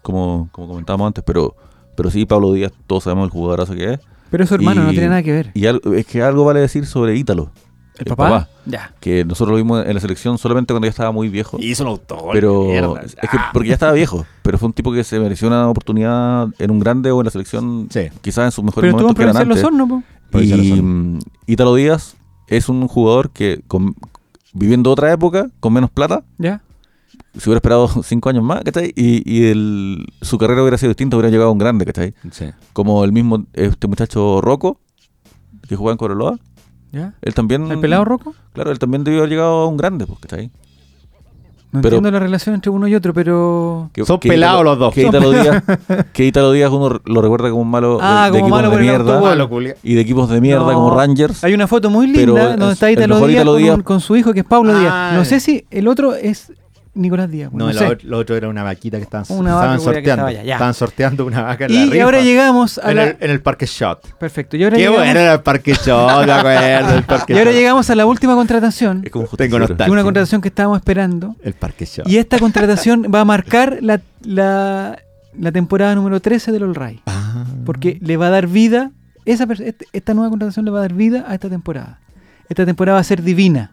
S4: como, como comentábamos antes, pero, pero sí, Pablo Díaz, todos sabemos el jugadorazo que es.
S1: Pero eso, hermano, no
S4: Y-
S1: tiene nada que ver.
S4: Y algo- es que algo vale decir sobre Ítalo.
S1: ¿El papá? Ya.
S4: que nosotros lo vimos en la selección solamente cuando ya estaba muy viejo.
S2: Hizo un autogol.
S4: Pero es que porque ya estaba viejo, pero fue un tipo que se mereció una oportunidad en un grande o en la selección,
S2: Sí.
S4: quizás en sus mejores
S1: Pero tuvo
S4: momentos
S1: en
S4: que eran
S1: provincial los
S4: antes.
S1: hornos, po.
S2: Provincial
S4: Y
S2: Osorno.
S4: mm, Ítalo Díaz es un jugador que con- viviendo otra época, con menos plata,
S1: Ya.
S4: si hubiera esperado cinco años más, ¿cachai? Y, y el- su carrera hubiera sido distinta, hubiera llegado a un grande, ¿cachai? Como el mismo este muchacho Rocco, que jugaba en Coroloa,
S1: ¿Ya?
S4: él también...
S1: ¿El pelado roco?
S4: Claro, él también debió haber llegado a un grande, pues, ¿cachai?
S1: No
S4: Pero-
S1: entiendo la relación entre uno y otro, pero.
S4: Que-
S2: Son
S4: que
S2: pelados
S4: Ítalo-
S2: los dos.
S4: Que
S2: Son
S4: Ítalo Díaz, que Ítalo Díaz uno lo recuerda como un malo de-
S1: Ah,
S4: de,
S1: como
S4: equipos
S1: malo
S4: de
S1: por el
S4: mierda.
S1: autogol.
S4: Y de equipos de mierda
S1: No.
S4: como Rangers.
S1: Hay una foto muy linda
S4: Pero
S1: donde
S4: es-
S1: está
S4: el
S1: Italo
S4: mejor
S1: Díaz,
S4: Ítalo
S1: con,
S4: Díaz-
S1: un- con su hijo que es Pablo
S2: Ah,
S1: Díaz. No
S2: eh.
S1: sé si el otro es Nicolás Díaz. pues,
S2: No,
S1: No,
S2: lo,
S1: sé.
S2: ot- lo otro era una vaquita que estaban,
S1: Una
S2: estaban
S1: vaca, güey, que
S2: sorteando.
S1: estaba allá, ya.
S2: Estaban sorteando una vaca en la
S1: Y,
S2: rifa,
S1: ahora llegamos a
S2: en,
S1: la.
S2: el, en el Parque Shot.
S1: Perfecto. Y ahora,
S2: Qué
S1: llegamos,
S2: bueno era el Parque Shot, me acuerdo, el Parque
S1: y ahora
S2: Shot.
S1: llegamos a la última contratación.
S4: Es como
S2: Tengo
S4: un justiciero.
S1: que es
S2: nostalgia.
S1: una contratación que estábamos esperando.
S2: El Parque Shot.
S1: Y esta contratación va a marcar la, la, la temporada número 13 del All Ray.
S2: Ah.
S1: Porque le va a dar vida, esa, pers- este- esta nueva contratación le va a dar vida a esta temporada. Esta temporada va a ser divina.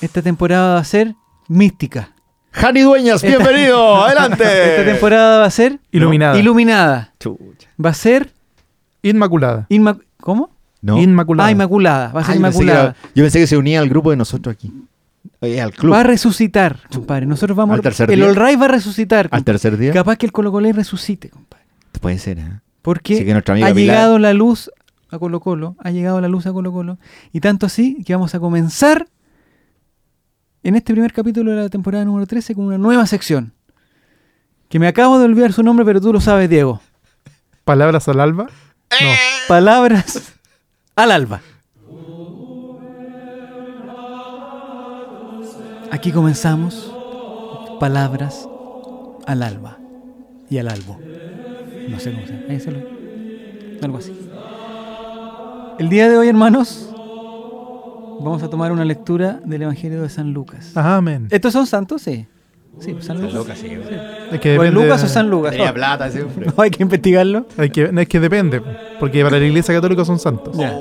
S1: Esta temporada va a ser mística.
S2: Jani Dueñas,
S1: Esta-
S2: bienvenido, adelante.
S1: Esta temporada va a ser
S3: Iluminada.
S1: iluminada.
S2: Chucha.
S1: Va a ser...
S3: Inmaculada.
S1: inma- ¿Cómo?
S2: No.
S3: Inmaculada.
S1: Ah, inmaculada. Va a ser
S2: Ay, yo pensé que
S1: inmaculada.
S2: era- yo pensé que se unía al grupo de nosotros aquí. Oye, al club.
S1: Va a resucitar, compadre. Nosotros vamos...
S2: Al tercer
S1: el
S2: día.
S1: All Ray va a resucitar.
S2: Al
S1: compadre.
S2: tercer día.
S1: Capaz que el Colo Colo resucite, compadre.
S2: Puede ser, ¿eh?
S1: Porque
S2: Así que nuestra amiga
S1: ha
S2: Pilar-
S1: llegado la luz a Colo Colo, ha llegado la luz a Colo Colo, y tanto así que vamos a comenzar en este primer capítulo de la temporada número 13 con una nueva sección. Que me acabo de olvidar su nombre, pero tú lo sabes, Diego.
S3: Palabras al alba. No.
S1: Palabras al alba. Aquí comenzamos. Palabras al alba y al albo. No sé cómo se llama. ahí se lo- Algo así. El día de hoy, hermanos, vamos a tomar una lectura del Evangelio de San Lucas.
S3: Ajá, Ah, Amén.
S1: ¿Estos son santos? Sí. Sí, pues, San Lucas.
S3: Es que
S1: ¿O el
S3: depende-
S1: Lucas o San Lucas?
S2: Tenía plata siempre.
S1: No hay que investigarlo.
S3: hay que, es que depende. Porque para la iglesia católica son santos.
S1: Ya.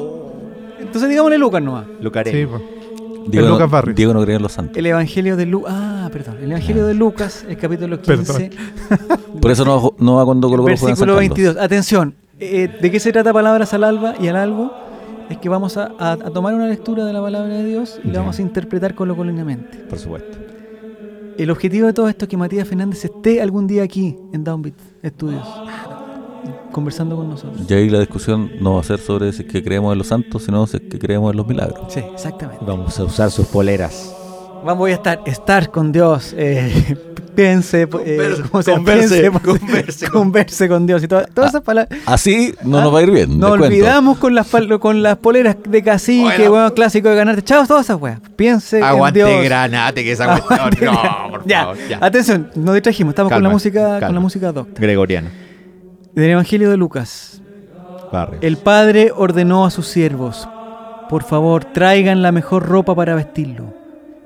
S1: Entonces digámosle Lucas nomás.
S2: Lucaré.
S3: Sí, pues. El
S4: Diego, no-
S3: Lucas Barrios.
S4: Diego no cree en los santos.
S1: El Evangelio de Lucas. Ah, perdón. El Evangelio de Lucas, el capítulo 15,
S4: Por eso no, no va cuando Colo Colo juega en San
S1: versículo
S4: Carlos.
S1: 22. Atención. eh, ¿De qué se trata palabras al alba y al albo? Es que vamos a, a- a tomar una lectura de la palabra de Dios y la
S2: Ya.
S1: vamos a interpretar coloquialmente.
S2: Por supuesto.
S1: El objetivo de todo esto es que Matías Fernández esté algún día aquí en Downbeat Studios conversando con nosotros.
S4: Y ahí la discusión no va a ser sobre si es que creemos en los santos, sino si es que creemos en los milagros.
S1: Sí, exactamente.
S2: Vamos a usar sus poleras.
S1: Vamos, voy a estar, estar con Dios. Eh, piense, eh,
S2: Converse,
S1: ¿cómo se llama?
S2: converse,
S1: Piense,
S2: converse. Ah.
S1: converse con Dios. Y todas- todas esas palabras.
S4: Así no
S1: Ah,
S4: nos va a ir bien.
S1: Nos
S4: les cuento.
S1: olvidamos con las, pal- con las poleras de cacique,
S2: Bueno.
S1: weón, clásico de ganarte. Chao, todas esas weas. Piense en
S2: Aguante
S1: Dios. Ah,
S2: granate que esa
S1: Aguante
S2: cuestión.
S1: gra-
S2: No, por
S1: ya.
S2: favor. Ya.
S1: Atención, nos distrajimos. Estamos con
S2: Calma,
S1: la música, con
S2: calma.
S1: la música docta.
S2: Gregoriano.
S1: Del Evangelio de Lucas.
S2: Barrio.
S1: El padre ordenó a sus siervos: Por favor, traigan la mejor ropa para vestirlo.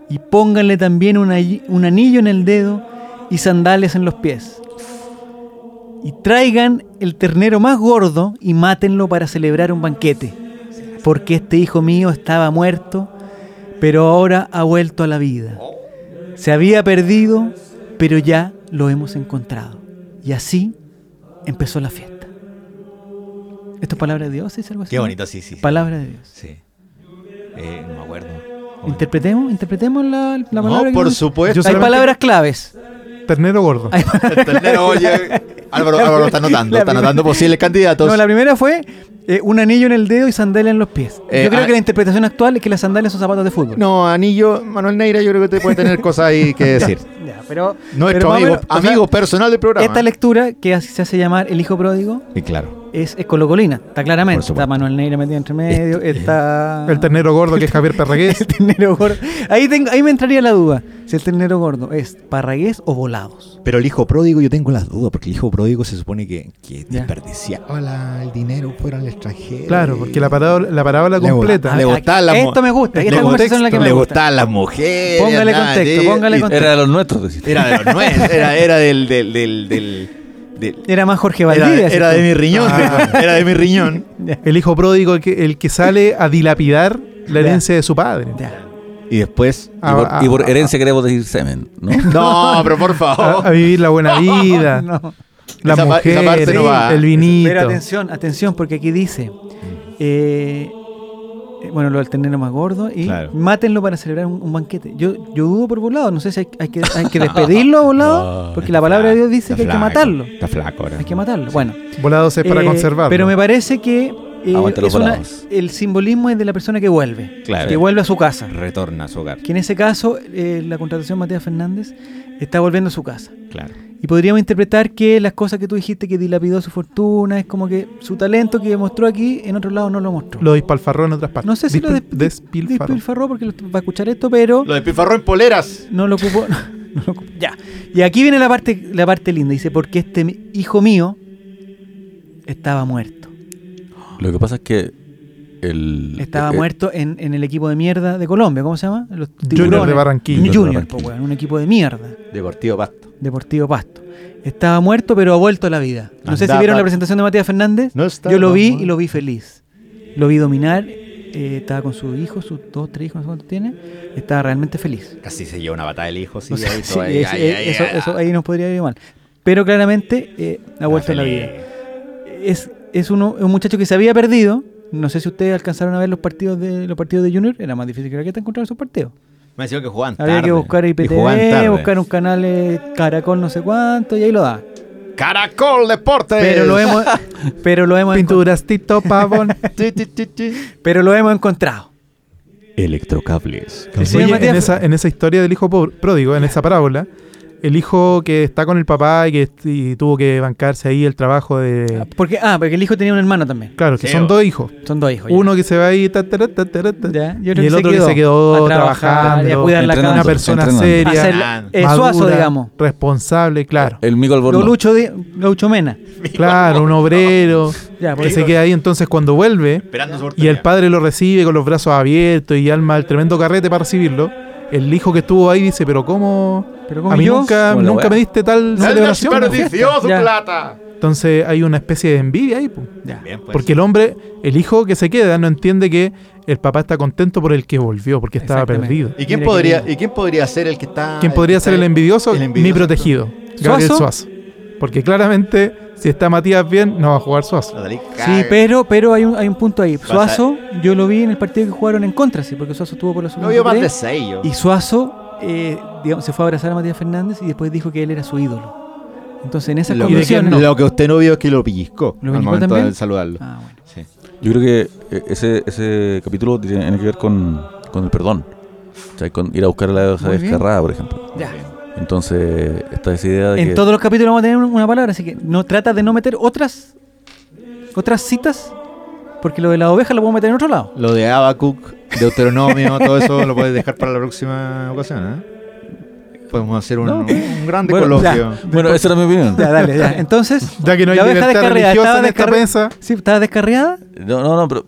S1: Y pónganle también un, alli- un anillo en el dedo y sandalias en los pies. Y traigan el ternero más gordo y mátenlo para celebrar un banquete. Porque este hijo mío estaba muerto, pero ahora ha vuelto a la vida. Se había perdido, pero ya lo hemos encontrado. Y así empezó la fiesta. ¿Esto es palabra de Dios? ¿Es algo así?
S5: Qué bonito, sí, sí. sí.
S1: Palabra de Dios.
S5: Sí. Eh, no me acuerdo.
S1: Interpretemos, interpretemos la, la palabra.
S2: no,
S1: que
S2: por
S1: nos-
S2: supuesto.
S3: Yo
S1: Hay
S3: solamente-
S1: palabras claves.
S3: Ternero gordo.
S1: Hay palabras
S2: El ternero, oye, Álvaro, Álvaro está anotando,
S1: La
S2: está
S1: primera-
S2: anotando posibles candidatos.
S1: No, la primera fue eh, un anillo en el dedo y sandalia en los pies.
S2: Eh,
S1: yo creo
S2: ah-
S1: que la interpretación actual es que las sandalias son zapatos de fútbol.
S2: No, Anillo, Manuel Neira, yo creo que te puede tener cosas ahí que decir.
S1: Ya, pero, pero
S2: Nuestro
S1: más o
S2: amigo,
S1: menos, o sea,
S2: amigo personal del programa.
S1: esta lectura que as- se hace llamar El Hijo Pródigo
S2: y claro.
S1: es, es colocolina, está
S4: Por
S1: claramente.
S4: supuesto.
S1: Está Manuel Neira metido entre medio,
S5: Este, eh,
S1: está...
S3: El ternero gordo que es Javier Parragués.
S1: El ternero gordo. Ahí, tengo, ahí me entraría la duda. Si el ternero gordo es parragués o volados.
S5: Pero el hijo pródigo, yo tengo las dudas, porque el hijo pródigo se supone que, que
S1: Ya.
S5: desperdiciaba.
S6: Hola, el dinero fuera al extranjero.
S3: Claro, porque la parábola, la parábola
S5: Le-
S3: completa.
S1: Ah.
S5: le- gustaba la mo-
S1: Esto me gusta,
S5: le
S1: esta conversación es la que me
S5: Le
S1: gusta.
S5: gustaban las mujeres.
S1: Póngale
S5: nada
S1: contexto,
S5: de-
S1: póngale
S5: y-
S1: contexto.
S4: Era de los nuestros, decís.
S5: Era de los nuestros, era, era del... del, del, del, del-
S1: Era más Jorge
S5: era,
S1: Valdivia.
S5: era de
S1: ¿cierto? Ah.
S5: mi riñón, era de mi riñón.
S3: El hijo pródigo, el que, el que sale a dilapidar la herencia de su padre. Ah,
S1: Ya.
S5: Y después...
S4: Y
S1: Ah,
S4: por,
S3: A-
S4: y por
S3: a-
S4: herencia queremos decir semen, ¿no?
S5: No, pero por
S3: a,
S5: favor.
S3: a vivir la buena vida,
S1: No.
S3: las
S5: Esa pa- esa parte
S3: mujeres,
S5: no va.
S3: el vinito.
S1: Pero atención, atención, porque aquí dice. eh, eh, bueno, lo del ternero más gordo y
S5: Claro.
S1: mátenlo para celebrar un, un banquete. Yo, yo dudo por volado, no sé si hay, hay que, hay que despedirlo a volado,
S5: No,
S1: porque
S5: está
S1: la palabra de
S5: flaco,
S1: Dios dice
S5: está
S1: que hay que
S5: flaco,
S1: matarlo.
S5: Está flaco ahora.
S1: Hay que matarlo. Bueno,
S3: Volados es para
S1: eh,
S3: conservar.
S1: Pero me parece que eh,
S4: Aguante los
S1: es una-
S4: volados.
S1: el simbolismo es de la persona que vuelve,
S5: Claro.
S1: que vuelve a su casa.
S5: Retorna a su hogar.
S1: Que en ese caso, eh, la contratación de Matías Fernández está volviendo a su casa.
S5: Claro.
S1: Y podríamos interpretar que las cosas que tú dijiste que dilapidó su fortuna es como que su talento que demostró aquí, en otro lado no lo mostró.
S3: Lo dispalfarró en otras partes.
S1: no sé si lo
S3: Dispil-
S1: desp-
S3: despilfarró.
S1: despilfarró porque lo- va a escuchar esto, pero
S5: Lo despilfarró en poleras.
S1: no lo ocupó. no lo ocupó. ya. Y aquí viene la parte, la parte linda. Dice, porque este mi- hijo mío estaba muerto.
S4: Lo que pasa es que el.
S1: Estaba
S4: eh,
S1: muerto en, en el equipo de mierda de Colombia. ¿Cómo se llama? Los
S3: Junior de
S1: tiburones.
S3: Barranquilla.
S4: Junior de
S1: Junior, po,
S4: Barranquilla.
S1: weón, un equipo de mierda.
S5: Deportivo Pasto.
S1: Deportivo Pasto. Estaba muerto, pero ha vuelto a la vida. No sé si
S2: Andaba-
S1: vieron la presentación de Matías Fernández.
S2: No estaba
S1: Yo lo vi
S2: muerto.
S1: y lo vi feliz. Lo vi dominar. eh, estaba con su hijo, sus dos, tres hijos, no sé cuántos tiene. Estaba realmente feliz.
S5: Casi se lleva una batalla del hijo. Sí,
S1: No sé,
S5: ahí,
S1: sí,
S5: todo ahí,
S1: es-
S5: ahí,
S1: eh,
S5: ahí,
S1: eso,
S5: ahí.
S1: eso ahí nos podría ir mal. Pero claramente eh, ha
S5: Está
S1: vuelto a la
S5: feliz.
S1: vida. Es, es uno, un muchacho que se había perdido. No sé si ustedes alcanzaron a ver los partidos de los partidos de Junior. Era más difícil que la que encontrar esos partidos.
S5: Me decía que jugaban
S1: Había
S5: tarde.
S1: que buscar
S5: Y jugaban
S1: IPTV,
S5: tarde.
S1: buscar un canal eh, Caracol, no sé cuánto, y ahí lo da.
S5: Caracol Deportes.
S1: Pero lo hemos, pero lo hemos, encon-
S3: Pinturas Tito Pavón.
S5: Tu, tu, tu, tu.
S1: pero lo hemos encontrado.
S5: Electrocables.
S1: El señor
S3: Oye,
S1: Matías-
S3: en, esa, en esa historia del hijo po- pródigo, en esa parábola, el hijo que está con el papá y que est- y tuvo que bancarse ahí el trabajo de...
S1: porque, ah, porque el hijo tenía un hermano también.
S3: Claro, que
S5: Sí,
S3: son
S5: o-
S3: dos hijos.
S1: Son dos hijos. ya.
S3: Uno que se va ahí ta, ta, ta, ta, ta, ta,
S1: Ya, y
S3: y
S1: otro que
S3: el
S1: se
S3: otro que
S1: quedó
S3: se quedó
S1: a trabajar, y a
S3: trabajando.
S1: cuidar la
S4: entrenando,
S1: casa.
S3: Una persona
S4: entrenando.
S1: A
S3: seria.
S1: ser, eh,
S3: madura,
S1: suazo, digamos.
S3: Responsable, claro.
S4: El Mico
S1: Lo
S4: Albornoz.
S1: Lucho, Di- Lucho Mena.
S3: Claro, un obrero
S1: Ya, por
S3: que
S1: eso.
S3: se queda ahí. Entonces, cuando vuelve
S5: Esperando su
S3: y el padre lo recibe con los brazos abiertos y alma el tremendo carrete para recibirlo, el hijo que estuvo ahí dice: Pero, ¿cómo?
S1: Pero como
S3: A mí
S1: yo,
S3: nunca,
S4: Como la
S3: nunca
S4: weá.
S3: me diste tal celebración.
S5: desperdició su
S1: Ya.
S5: plata.
S3: Entonces, hay una especie de envidia ahí. po.
S1: ya.
S5: Bien, pues.
S3: Porque el hombre, el hijo que se queda, no entiende que el papá está contento por el que volvió, porque estaba
S1: Exactamente.
S3: perdido.
S5: ¿Y quién,
S1: Mira
S5: podría,
S1: qué
S5: ¿Y quién podría ser el que Ah, está.?
S3: ¿Quién podría ser el envidioso?
S5: el envidioso.
S3: Mi protegido, Gabriel
S1: ¿Suazo?
S3: Suazo. Porque claramente, si está Matías bien, no va a jugar Suazo.
S1: Sí, pero, pero hay, un, hay un punto ahí. Suazo, yo lo vi en el partido que jugaron en contra, sí, porque Suazo estuvo por la
S5: No vio más de
S1: sub-23.
S5: seis yo.
S1: Y Suazo eh, digamos, se fue a abrazar a Matías Fernández y después dijo que él era su ídolo. Entonces, en esas
S2: Lo que,
S1: condiciones.
S2: lo que usted no vio es que lo pellizcó
S1: ¿Lo
S2: al
S1: pellizcó
S2: momento
S1: también?
S2: de saludarlo.
S1: Ah, bueno.
S5: Sí.
S4: Yo creo que eh, ese, ese capítulo tiene que ver con, con el perdón. O sea, con ir a buscar a la hoja
S1: Muy bien.
S4: descarrada, por ejemplo.
S1: Ya.
S4: Entonces, está esa idea de que.
S1: En todos los capítulos vamos a tener una palabra, así que no trata de no meter otras otras citas, porque lo de la oveja lo podemos meter en otro lado.
S2: Lo de Abacuc, Deuteronomio, todo eso lo puedes dejar para la próxima ocasión. ¿eh? Podemos hacer un,
S1: No.
S2: un grande
S1: Bueno, ya.
S2: coloquio.
S4: Bueno, esa era mi opinión.
S1: Ya, dale, ya. Entonces,
S3: Ya que no hay
S1: la oveja
S3: libertad
S1: descarriada,
S3: religiosa
S1: estaba,
S3: en esta
S1: descarri-
S3: mesa.
S1: sí, estaba descarriada.
S4: No, no, no, pero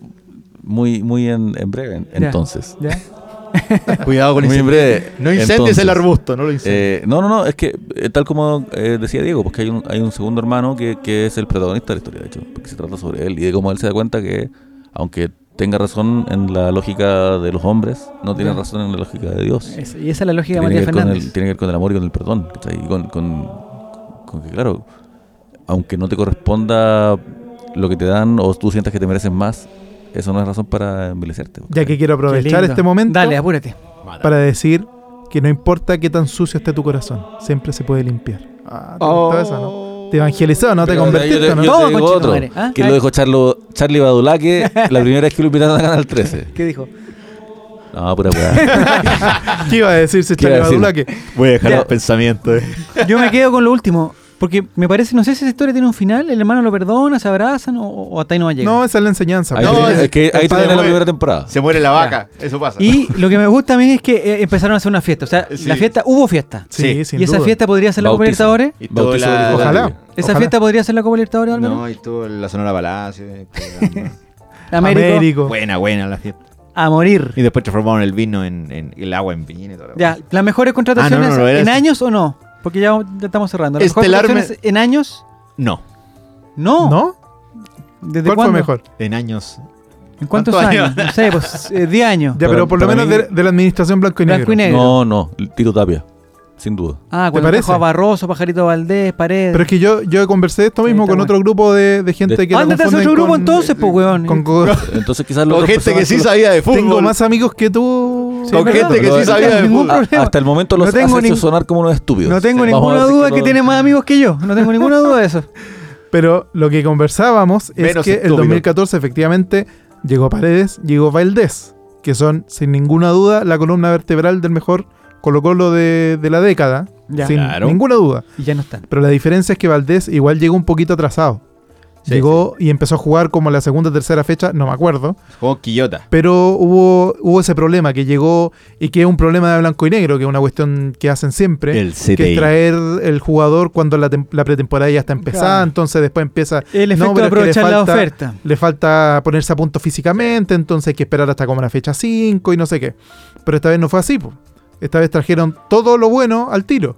S4: muy, muy en, en breve, en-
S1: Ya.
S4: entonces.
S1: Ya.
S2: Cuidado con
S4: Muy en
S2: incendios.
S4: breve.
S2: No incendies
S4: Entonces,
S2: el arbusto, no lo incendies.
S4: eh, no, no, no, es que eh, tal como eh, decía Diego, porque hay un, hay un segundo hermano que, que es el protagonista de la historia, de hecho, porque se trata sobre él y de cómo él se da cuenta que, aunque tenga razón en la lógica de los hombres, no tiene
S1: Ya.
S4: razón en la lógica de Dios.
S1: Es- y esa es la lógica de
S4: tiene
S1: Matías
S4: que, ver con
S1: Fernández.
S4: el, tiene que ver con el amor y con el perdón. ¿cachai? Y con, con- con que, claro, aunque no te corresponda lo que te dan o tú sientas que te mereces más, eso no es razón para envilecerte.
S3: Ya que quiero
S1: Qué
S3: aprovechar
S1: lindo.
S3: este momento
S1: Dale, apúrate.
S4: eh,
S3: para decir que no importa qué tan sucio esté tu corazón, siempre se puede limpiar. Ah, te gustó esa, ¿no? Te evangelizó, no te
S4: Oh. Pero, yo
S3: convertiste,
S4: te-
S3: ¿no?
S4: yo te
S1: Todo,
S4: digo
S1: conchito
S4: otro,
S1: madre, ¿ah?
S4: que
S1: Ay.
S4: lo dijo Charlo, Charlie Badulaque la primera vez que lo invitaron a Canal 13.
S1: ¿Qué dijo?
S4: No, Ah, pura weá.
S3: ¿Qué iba a decir si
S4: ¿Qué iba a
S3: Charlie
S4: decir?
S3: Badulaque?
S5: Voy a dejar
S1: Ya.
S5: los pensamientos.
S1: Yo me quedo con lo último. Porque me parece, no sé si esa historia tiene un final, el hermano lo perdona, se abrazan o, o hasta ahí no va a llegar.
S3: No, esa es la enseñanza.
S4: Ahí,
S3: pues.
S5: No,
S4: te-
S5: es-
S4: es que ahí
S5: el padre
S4: termina la
S5: muere.
S4: primera temporada.
S5: Se muere la vaca, eso pasa.
S1: Y lo que me gusta a mí es que eh, empezaron a hacer una fiesta. O sea,
S5: Sí.
S1: la fiesta, hubo fiesta.
S3: sí,
S5: sí.
S3: sin
S1: y esa
S3: duda.
S1: fiesta podría ser la Copa
S4: Bautizo.
S1: Libertadores.
S5: Y todo
S4: Bautizo
S5: la-
S4: de-
S3: Ojalá.
S1: Esa
S3: ojalá.
S1: fiesta podría ser la Copa Libertadores, Álvaro.
S5: No, y todo la Sonora Palacio.
S2: eh,
S5: y todo, no.
S1: Américo,
S3: Américo.
S5: buena, buena la fiesta.
S1: a morir.
S5: Y después transformaron el vino en, en- el agua en vino y todo.
S1: Ya, las mejores contrataciones
S5: Ah, no, no, no, era
S1: en
S5: ese.
S1: años o no? Porque ya, ya estamos cerrando. Las mejores
S5: Estelar me-
S1: contrataciones en años?
S5: No,
S1: No.
S3: ¿No?
S1: ¿Desde
S3: ¿Cuál
S1: cuándo?
S3: fue mejor?
S5: en años.
S1: ¿En cuántos
S5: ¿Cuántos
S1: años?
S5: años?
S1: No sé, pues eh, 10 años.
S3: Ya,
S4: Para-
S3: pero por lo
S4: para
S3: menos
S4: mí-
S3: de, de la administración blanco y negro.
S1: Blanco y negro.
S4: No, no, Tito Tapia, sin duda.
S1: Ah, cuando
S3: parece?
S1: trajo a Barroso, Pajarito Valdés, Paredes.
S3: Pero es que yo, yo conversé esto
S1: Sí,
S3: mismo
S1: está
S3: con
S1: bueno.
S3: otro grupo de, de gente
S4: De-
S3: que. la
S1: Ándate a hacer
S3: confunden
S1: otro grupo
S3: con-
S1: entonces, pues, weón.
S3: con- con-
S4: Entonces quizás los
S5: Con
S4: otros
S5: gente que
S4: personajes
S5: sí
S4: lo-
S5: sabía de fútbol.
S3: tengo más amigos que tú.
S1: Sí,
S5: con
S1: es verdad.
S5: gente que sí
S1: No
S5: sabía
S1: tengo
S5: de
S1: ningún
S5: fútbol.
S1: problema.
S4: Hasta el momento los
S1: No tengo
S4: has hecho
S1: ning-
S4: sonar como unos estúpidos.
S1: No tengo
S4: Sí. Vamos a
S1: ninguna
S4: decir
S1: duda
S4: lo-
S1: que tiene más amigos que yo. No tengo ninguna duda de eso.
S3: Pero lo que conversábamos es
S5: Menos
S3: que
S5: estúpido.
S3: el 2014 efectivamente llegó Paredes, llegó Valdés, que son sin ninguna duda la columna vertebral del mejor Colo Colo de, de la década.
S1: Ya.
S3: Sin
S5: Claro.
S3: ninguna duda.
S1: Y ya no están.
S3: Pero la diferencia es que Valdés igual llegó un poquito atrasado.
S5: Sí,
S3: llegó y empezó a jugar como la segunda o tercera fecha, no me acuerdo.
S5: Jugó Quillota.
S3: Pero hubo, hubo ese problema que llegó y que es un problema de blanco y negro, que es una cuestión que hacen siempre.
S5: El
S3: que es
S5: CTI.
S3: traer el jugador cuando la, tem- la pretemporada ya está empezada,
S1: Claro.
S3: entonces después empieza
S1: El efecto de
S3: pero es que le
S1: aprovechar la
S3: falta-
S1: oferta.
S3: le falta ponerse a punto físicamente, entonces hay que esperar hasta como la fecha 5 y no sé qué. Pero esta vez no fue así, po. esta vez trajeron todo lo bueno al tiro.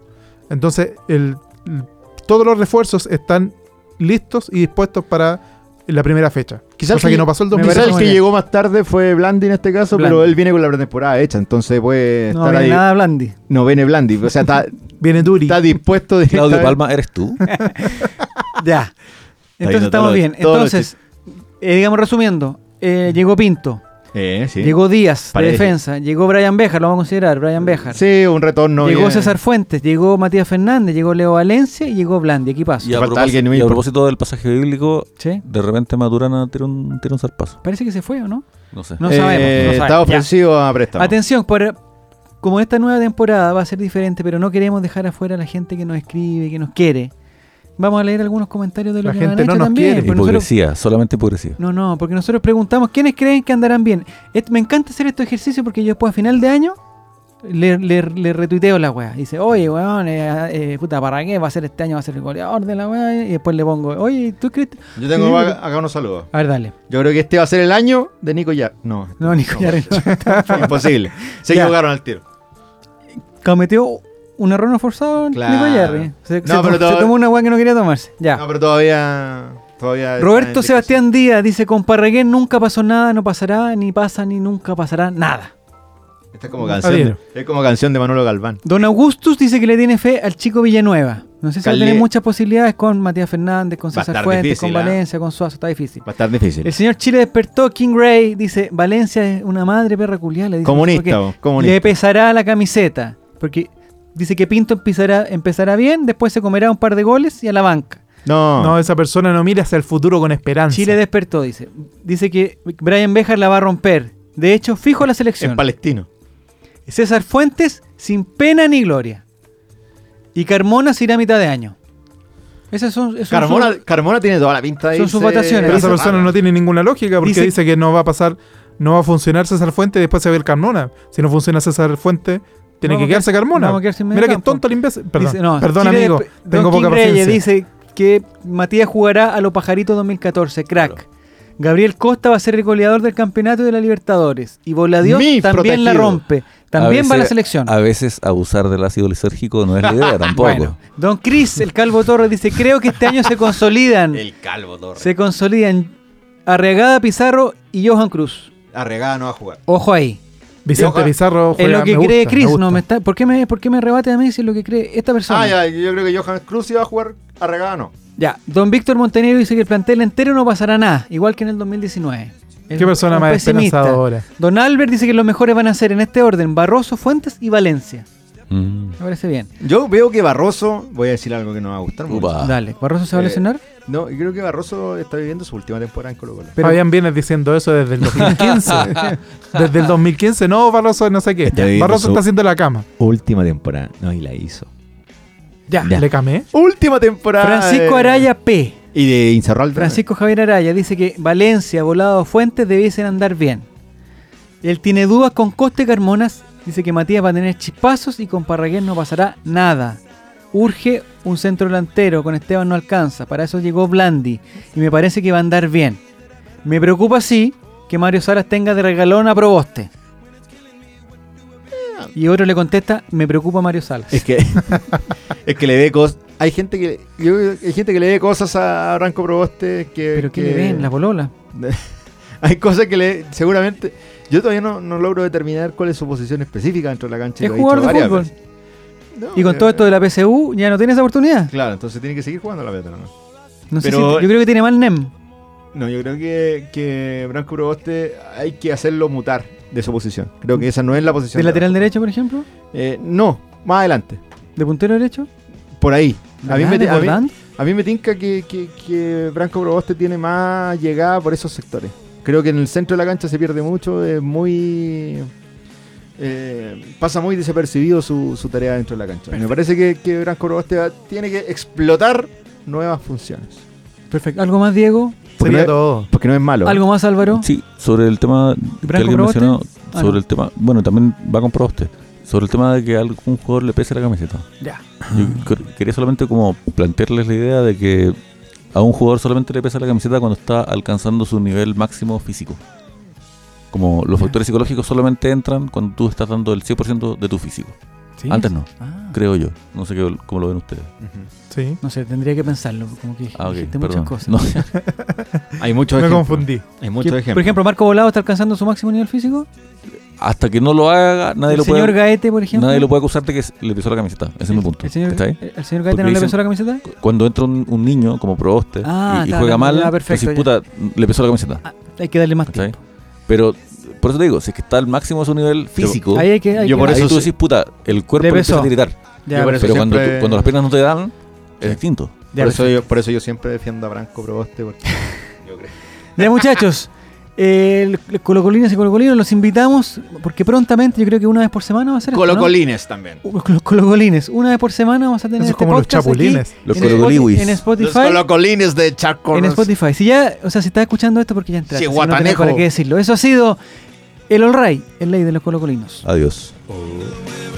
S3: Entonces, el, el- todos los refuerzos están listos y dispuestos para la primera fecha.
S2: Quizás
S3: cosa
S2: que-
S3: que no pasó el
S1: me
S2: Quizás
S3: 2014.
S2: el
S1: muy
S2: que
S1: bien.
S2: llegó más tarde fue Blandi en este caso, pero
S1: Blandi.
S2: él viene con la pretemporada hecha, entonces puede
S1: No,
S2: estar
S1: viene
S2: ahí.
S1: nada Blandi.
S2: No viene Blandi, o sea, está,
S3: Viene Duri.
S2: está dispuesto de
S4: Claudio Palma, ¿eres tú?
S1: Ya. Entonces
S5: viendo
S1: estamos
S5: todo-
S1: bien.
S5: todo lo
S1: Entonces, eh, digamos resumiendo, eh, llegó Pinto,
S5: Eh, sí.
S1: llegó Díaz
S5: Paredes.
S1: de defensa, llegó Brian Bejar, lo vamos a considerar, Brian Bejar.
S2: Sí, un retorno.
S1: llegó
S2: bien.
S1: César Fuentes, llegó Matías Fernández, llegó Leo Valencia y llegó Blandi. Aquí paso.
S4: Y a,
S2: Falta
S4: propósito,
S2: alguien muy
S4: y a
S2: importante.
S4: propósito del pasaje bíblico,
S1: ¿Sí?
S4: de repente Maturana tira un, tira un zarpazo.
S1: Parece que se fue, ¿o no?
S4: No sé.
S1: No
S2: Eh,
S1: sabemos. no
S2: Está
S1: sabemos. Ya.
S2: ofensivo a préstamo.
S1: Atención, por- como esta nueva temporada va a ser diferente, pero no queremos dejar afuera a la gente que nos escribe, que nos quiere. Vamos a leer algunos comentarios de los
S3: La
S1: que nos
S3: gente
S1: han
S3: no
S1: hecho
S3: nos
S1: también.
S3: quiere.
S1: porque nosotros-
S4: hipocresía, solamente hipocresía.
S1: No, no, porque nosotros preguntamos quiénes creen que andarán bien. Et- me encanta hacer este ejercicio porque yo después a final de año le, le- le retuiteo la weá. Dice, oye, weón, eh, eh, puta, ¿para qué? Va a ser este año, va a ser el goleador de la weá. Y después le pongo, oye, ¿tú crees?
S2: Yo tengo acá acá unos saludos.
S1: A ver, dale.
S2: Yo creo que este va a ser el año de Nico ya. No,
S1: No, Nico ya no.
S2: imposible. Se
S1: Ya.
S2: equivocaron al tiro.
S1: Cometió un error no forzado
S2: Claro.
S1: Nico Yarri. Se,
S2: No,
S1: se to-
S2: pero
S1: se
S2: todo-
S1: tomó una weá que no quería tomarse. Ya.
S2: No, pero todavía. todavía está
S1: Roberto
S2: en
S1: Sebastián Díaz dice, con Parraguén nunca pasó nada, no pasará, ni pasa, ni nunca pasará nada.
S2: discusión. Esta es como canción. de-
S3: Adhiero.
S2: es como canción de Manolo Galván.
S1: Don Augustus dice que le tiene fe al chico Villanueva. No sé si va a
S2: Calé.
S1: tener muchas posibilidades con Matías Fernández, con
S5: Va a
S1: César
S5: estar
S1: Fuentes,
S5: difícil,
S1: con
S5: ¿ah?
S1: Valencia, con Suazo. Está difícil.
S5: Va a estar difícil.
S1: El señor Chile despertó. King Ray dice: Valencia es una madre perra culiada. le dice,
S2: Comunista,
S1: no sé
S2: vos,
S1: por qué. Le
S2: comunista.
S1: pesará la camiseta. Porque dice que Pinto empezará, empezará bien, después se comerá un par de goles y a la banca.
S2: No.
S3: No, esa persona no mira hacia el futuro con esperanza.
S1: Chile despertó, dice. Dice que Brian Bejar la va a romper. De hecho, fijo la selección.
S2: es palestino.
S1: César Fuentes sin pena ni gloria. Y Carmona se irá a mitad de año. Esas son, esos son-
S2: Carmona, Carmona tiene toda la pinta de
S1: son sus
S2: irse-
S1: votaciones.
S3: pero esa
S1: dice- "Ah,
S3: persona no tiene ninguna lógica porque
S1: Dice-
S3: dice, que no va a pasar, no va a funcionar César Fuente y después se ve el Carmona. Si no funciona César Fuente, tiene
S1: Vamos a
S3: que quedarse
S1: quedar-
S3: Carmona.
S1: vamos a quedar sin medio
S3: Mira que
S1: campo.
S3: tonto el imbécil. Perdón,
S1: dice- no,
S3: perdón,
S1: Chile
S3: amigo.
S1: despe- Don
S3: Tengo poca
S1: King Reyes
S3: paciencia.
S1: dice que Matías jugará a los pajaritos 2014, crack. Gabriel Costa va a ser el goleador del campeonato de la Libertadores. Y Voladios
S2: Mi
S1: también la
S2: protegido.
S1: rompe. También
S4: A
S1: va a la
S4: veces-
S1: selección.
S4: A veces abusar del ácido lisérgico no es la idea tampoco.
S1: Bueno, Don Cris, el Calvo Torres, dice: Creo que este año se consolidan.
S5: El calvo Torres.
S1: se consolidan Arregada Pizarro y Johan Cruz.
S2: Arregada no va a jugar.
S1: Ojo ahí.
S3: Vicente
S2: Ojalá.
S3: Pizarro
S1: Es
S3: juega,
S1: lo que
S3: me
S1: cree
S3: gusta, me
S1: Chris,
S3: gusta.
S1: no me está. ¿Por qué me, por qué me rebate a mí si es lo que cree esta persona?
S2: Ah,
S1: ya.
S2: ya, yo creo que Johan Cruz iba a jugar. Arregada no.
S1: Don Víctor Montenegro dice que el plantel entero no pasará nada, igual que en el 2019. Es
S3: Qué
S1: un-
S3: persona
S1: un
S3: más
S1: pesimista.
S3: esperanzadora.
S1: Don Albert dice que los mejores van a ser en este orden: Barroso, Fuentes y Valencia.
S4: Mm.
S1: Me parece bien.
S2: Yo veo que Barroso. Voy a decir algo que no va a gustar mucho.
S4: Upa.
S1: Dale, ¿Barroso se va a
S2: Eh,
S1: lesionar?
S2: No, y creo que Barroso está viviendo su última temporada en Colo Colo.
S1: Pero-
S3: Fabián viene diciendo eso desde el 2015. desde el 2015, no, Barroso, no sé qué.
S5: Está bien,
S3: Barroso
S5: su-
S3: está haciendo la cama.
S5: Última temporada. No, y la hizo.
S3: Ya,
S4: Ya.
S3: le camé.
S2: Última temporada.
S1: Francisco
S2: de-
S1: Araya P.
S2: Y de Incerral.
S1: Francisco Javier Araya dice que Valencia, Volado, Fuentes debiesen andar bien. Él tiene dudas con Costa y Carmonas. Dice que Matías va a tener chispazos y con Parragués no pasará nada. Urge un centro delantero, con Esteban no alcanza. Para eso llegó Blandi y me parece que va a andar bien. Me preocupa sí que Mario Salas tenga de regalón a Proboste. Y otro le contesta, me preocupa Mario Salas.
S2: Es que, es que le ve cosas. Hay gente que yo- hay gente que le ve cosas a Branco Proboste que.
S1: Pero ¿qué
S2: que-
S1: le ven? La polola.
S2: Hay cosas que le. Seguramente. Yo todavía no, no logro determinar cuál es su posición específica dentro de la cancha. y
S1: Es
S2: lo he dicho
S1: jugador de
S2: varias
S1: fútbol.
S2: veces. No,
S1: Y con
S2: eh,
S1: todo esto de la PSU, ya no tiene esa oportunidad.
S2: Claro, entonces tiene que seguir jugando la pelota. ¿no?
S1: No sé
S2: Pero-
S1: si- yo creo que tiene mal NEM.
S2: No, yo creo que, que Branco Proboste hay que hacerlo mutar de su posición. Creo que esa no es la posición.
S1: ¿De
S2: de
S1: lateral
S2: Branco.
S1: derecho, por ejemplo?
S2: Eh, no, más adelante.
S1: ¿De puntero derecho?
S2: Por ahí. A mí,
S1: ¿Verdad?
S2: me,
S1: ¿De
S2: a mí-
S1: Roldán?
S2: A mí me tinca que, que, que Branco Proboste tiene más llegada por esos sectores. Creo que en el centro de la cancha se pierde mucho, es muy. eh, pasa muy desapercibido su, su tarea dentro de la cancha. Me parece que, que Branco Proboste va- tiene que explotar nuevas funciones.
S1: Perfecto. ¿Algo más, Diego?
S2: Porque no,
S3: Sería
S2: es,
S3: todo.
S2: porque no es malo.
S1: ¿Algo más, Álvaro?
S4: Sí, sobre el tema que
S1: ¿Branco
S4: alguien
S1: Proboste?
S4: mencionó,
S1: Ah,
S4: sobre
S1: no.
S4: el tema, bueno, también va con Proboste, sobre el tema de que a algún jugador le pese la camiseta.
S1: Ya.
S4: Yo cre- quería solamente como plantearles la idea de que a un jugador solamente le pesa la camiseta cuando está alcanzando su nivel máximo físico. Como los
S1: Ya.
S4: factores psicológicos solamente entran cuando tú estás dando el 100% de tu físico.
S1: Sí.
S4: Antes no,
S1: Ah,
S4: creo yo. No sé qué, cómo lo ven ustedes.
S3: Sí.
S1: no sé, tendría que pensarlo. Como que
S4: Ah, ok,
S1: dijiste muchas
S4: perdón.
S1: cosas.
S4: No,
S2: Hay muchos
S3: Me confundí.
S2: Hay
S1: Que, Por ejemplo, Marco Volado está alcanzando su máximo nivel físico.
S4: hasta que no lo haga, nadie,
S1: el
S4: lo
S1: señor
S4: puede,
S1: Gaete, por ejemplo.
S4: nadie lo puede acusar de que le pisó la camiseta. Ese es mi punto.
S1: El señor,
S4: ¿Está ahí?
S1: el señor Gaete
S4: Porque
S1: no le
S4: dicen-
S1: pesó la camiseta.
S4: Cuando entra un, un niño como Proboste
S1: Ah,
S4: y, y
S1: está,
S4: juega
S1: ya,
S4: mal,
S1: ya,
S4: pues,
S1: perfecto, ya.
S4: puta, le pesó la camiseta.
S1: Ah, hay que darle más
S4: ¿Está ahí?
S1: tiempo.
S4: Pero por eso te digo, si es que está al máximo de su nivel físico,
S1: Ahí hay que. hay
S2: Yo
S1: que-
S2: por
S4: ahí
S2: eso
S4: tú
S2: sí-
S4: decís, puta, el cuerpo
S1: Le
S4: le empieza a
S1: pesó.
S4: tiritar.
S1: Ya,
S2: yo por
S1: perfecto.
S2: eso
S4: Pero cuando,
S2: siempre-
S4: tú- cuando las piernas no te dan,
S2: Sí.
S4: es distinto.
S1: Ya,
S2: por, eso yo, por eso yo siempre defiendo a Branco Proboste. porque-
S1: Ya, muchachos, eh, el- colocolinas y colocolinos los invitamos porque prontamente, yo creo que una vez por semana va a ser. esto, ¿no?
S5: Colocolines también.
S1: Uh, Los colocolines. Una vez por semana vamos a tener
S3: Eso es
S1: este
S3: como los
S1: podcast aquí
S3: chapulines.
S4: Los
S1: en Spoti-
S4: colocoliwis.
S1: En
S5: Los
S1: Spotify.
S5: colocolines de Chaco.
S1: En Spotify. Si ya, o sea, si estás escuchando esto porque ya entraste.
S5: Sí,
S1: si no tenés
S5: guatanejo.
S1: para qué decirlo. Eso ha sido el All Right, el ley de los colocolinos.
S4: Adiós.
S5: Thank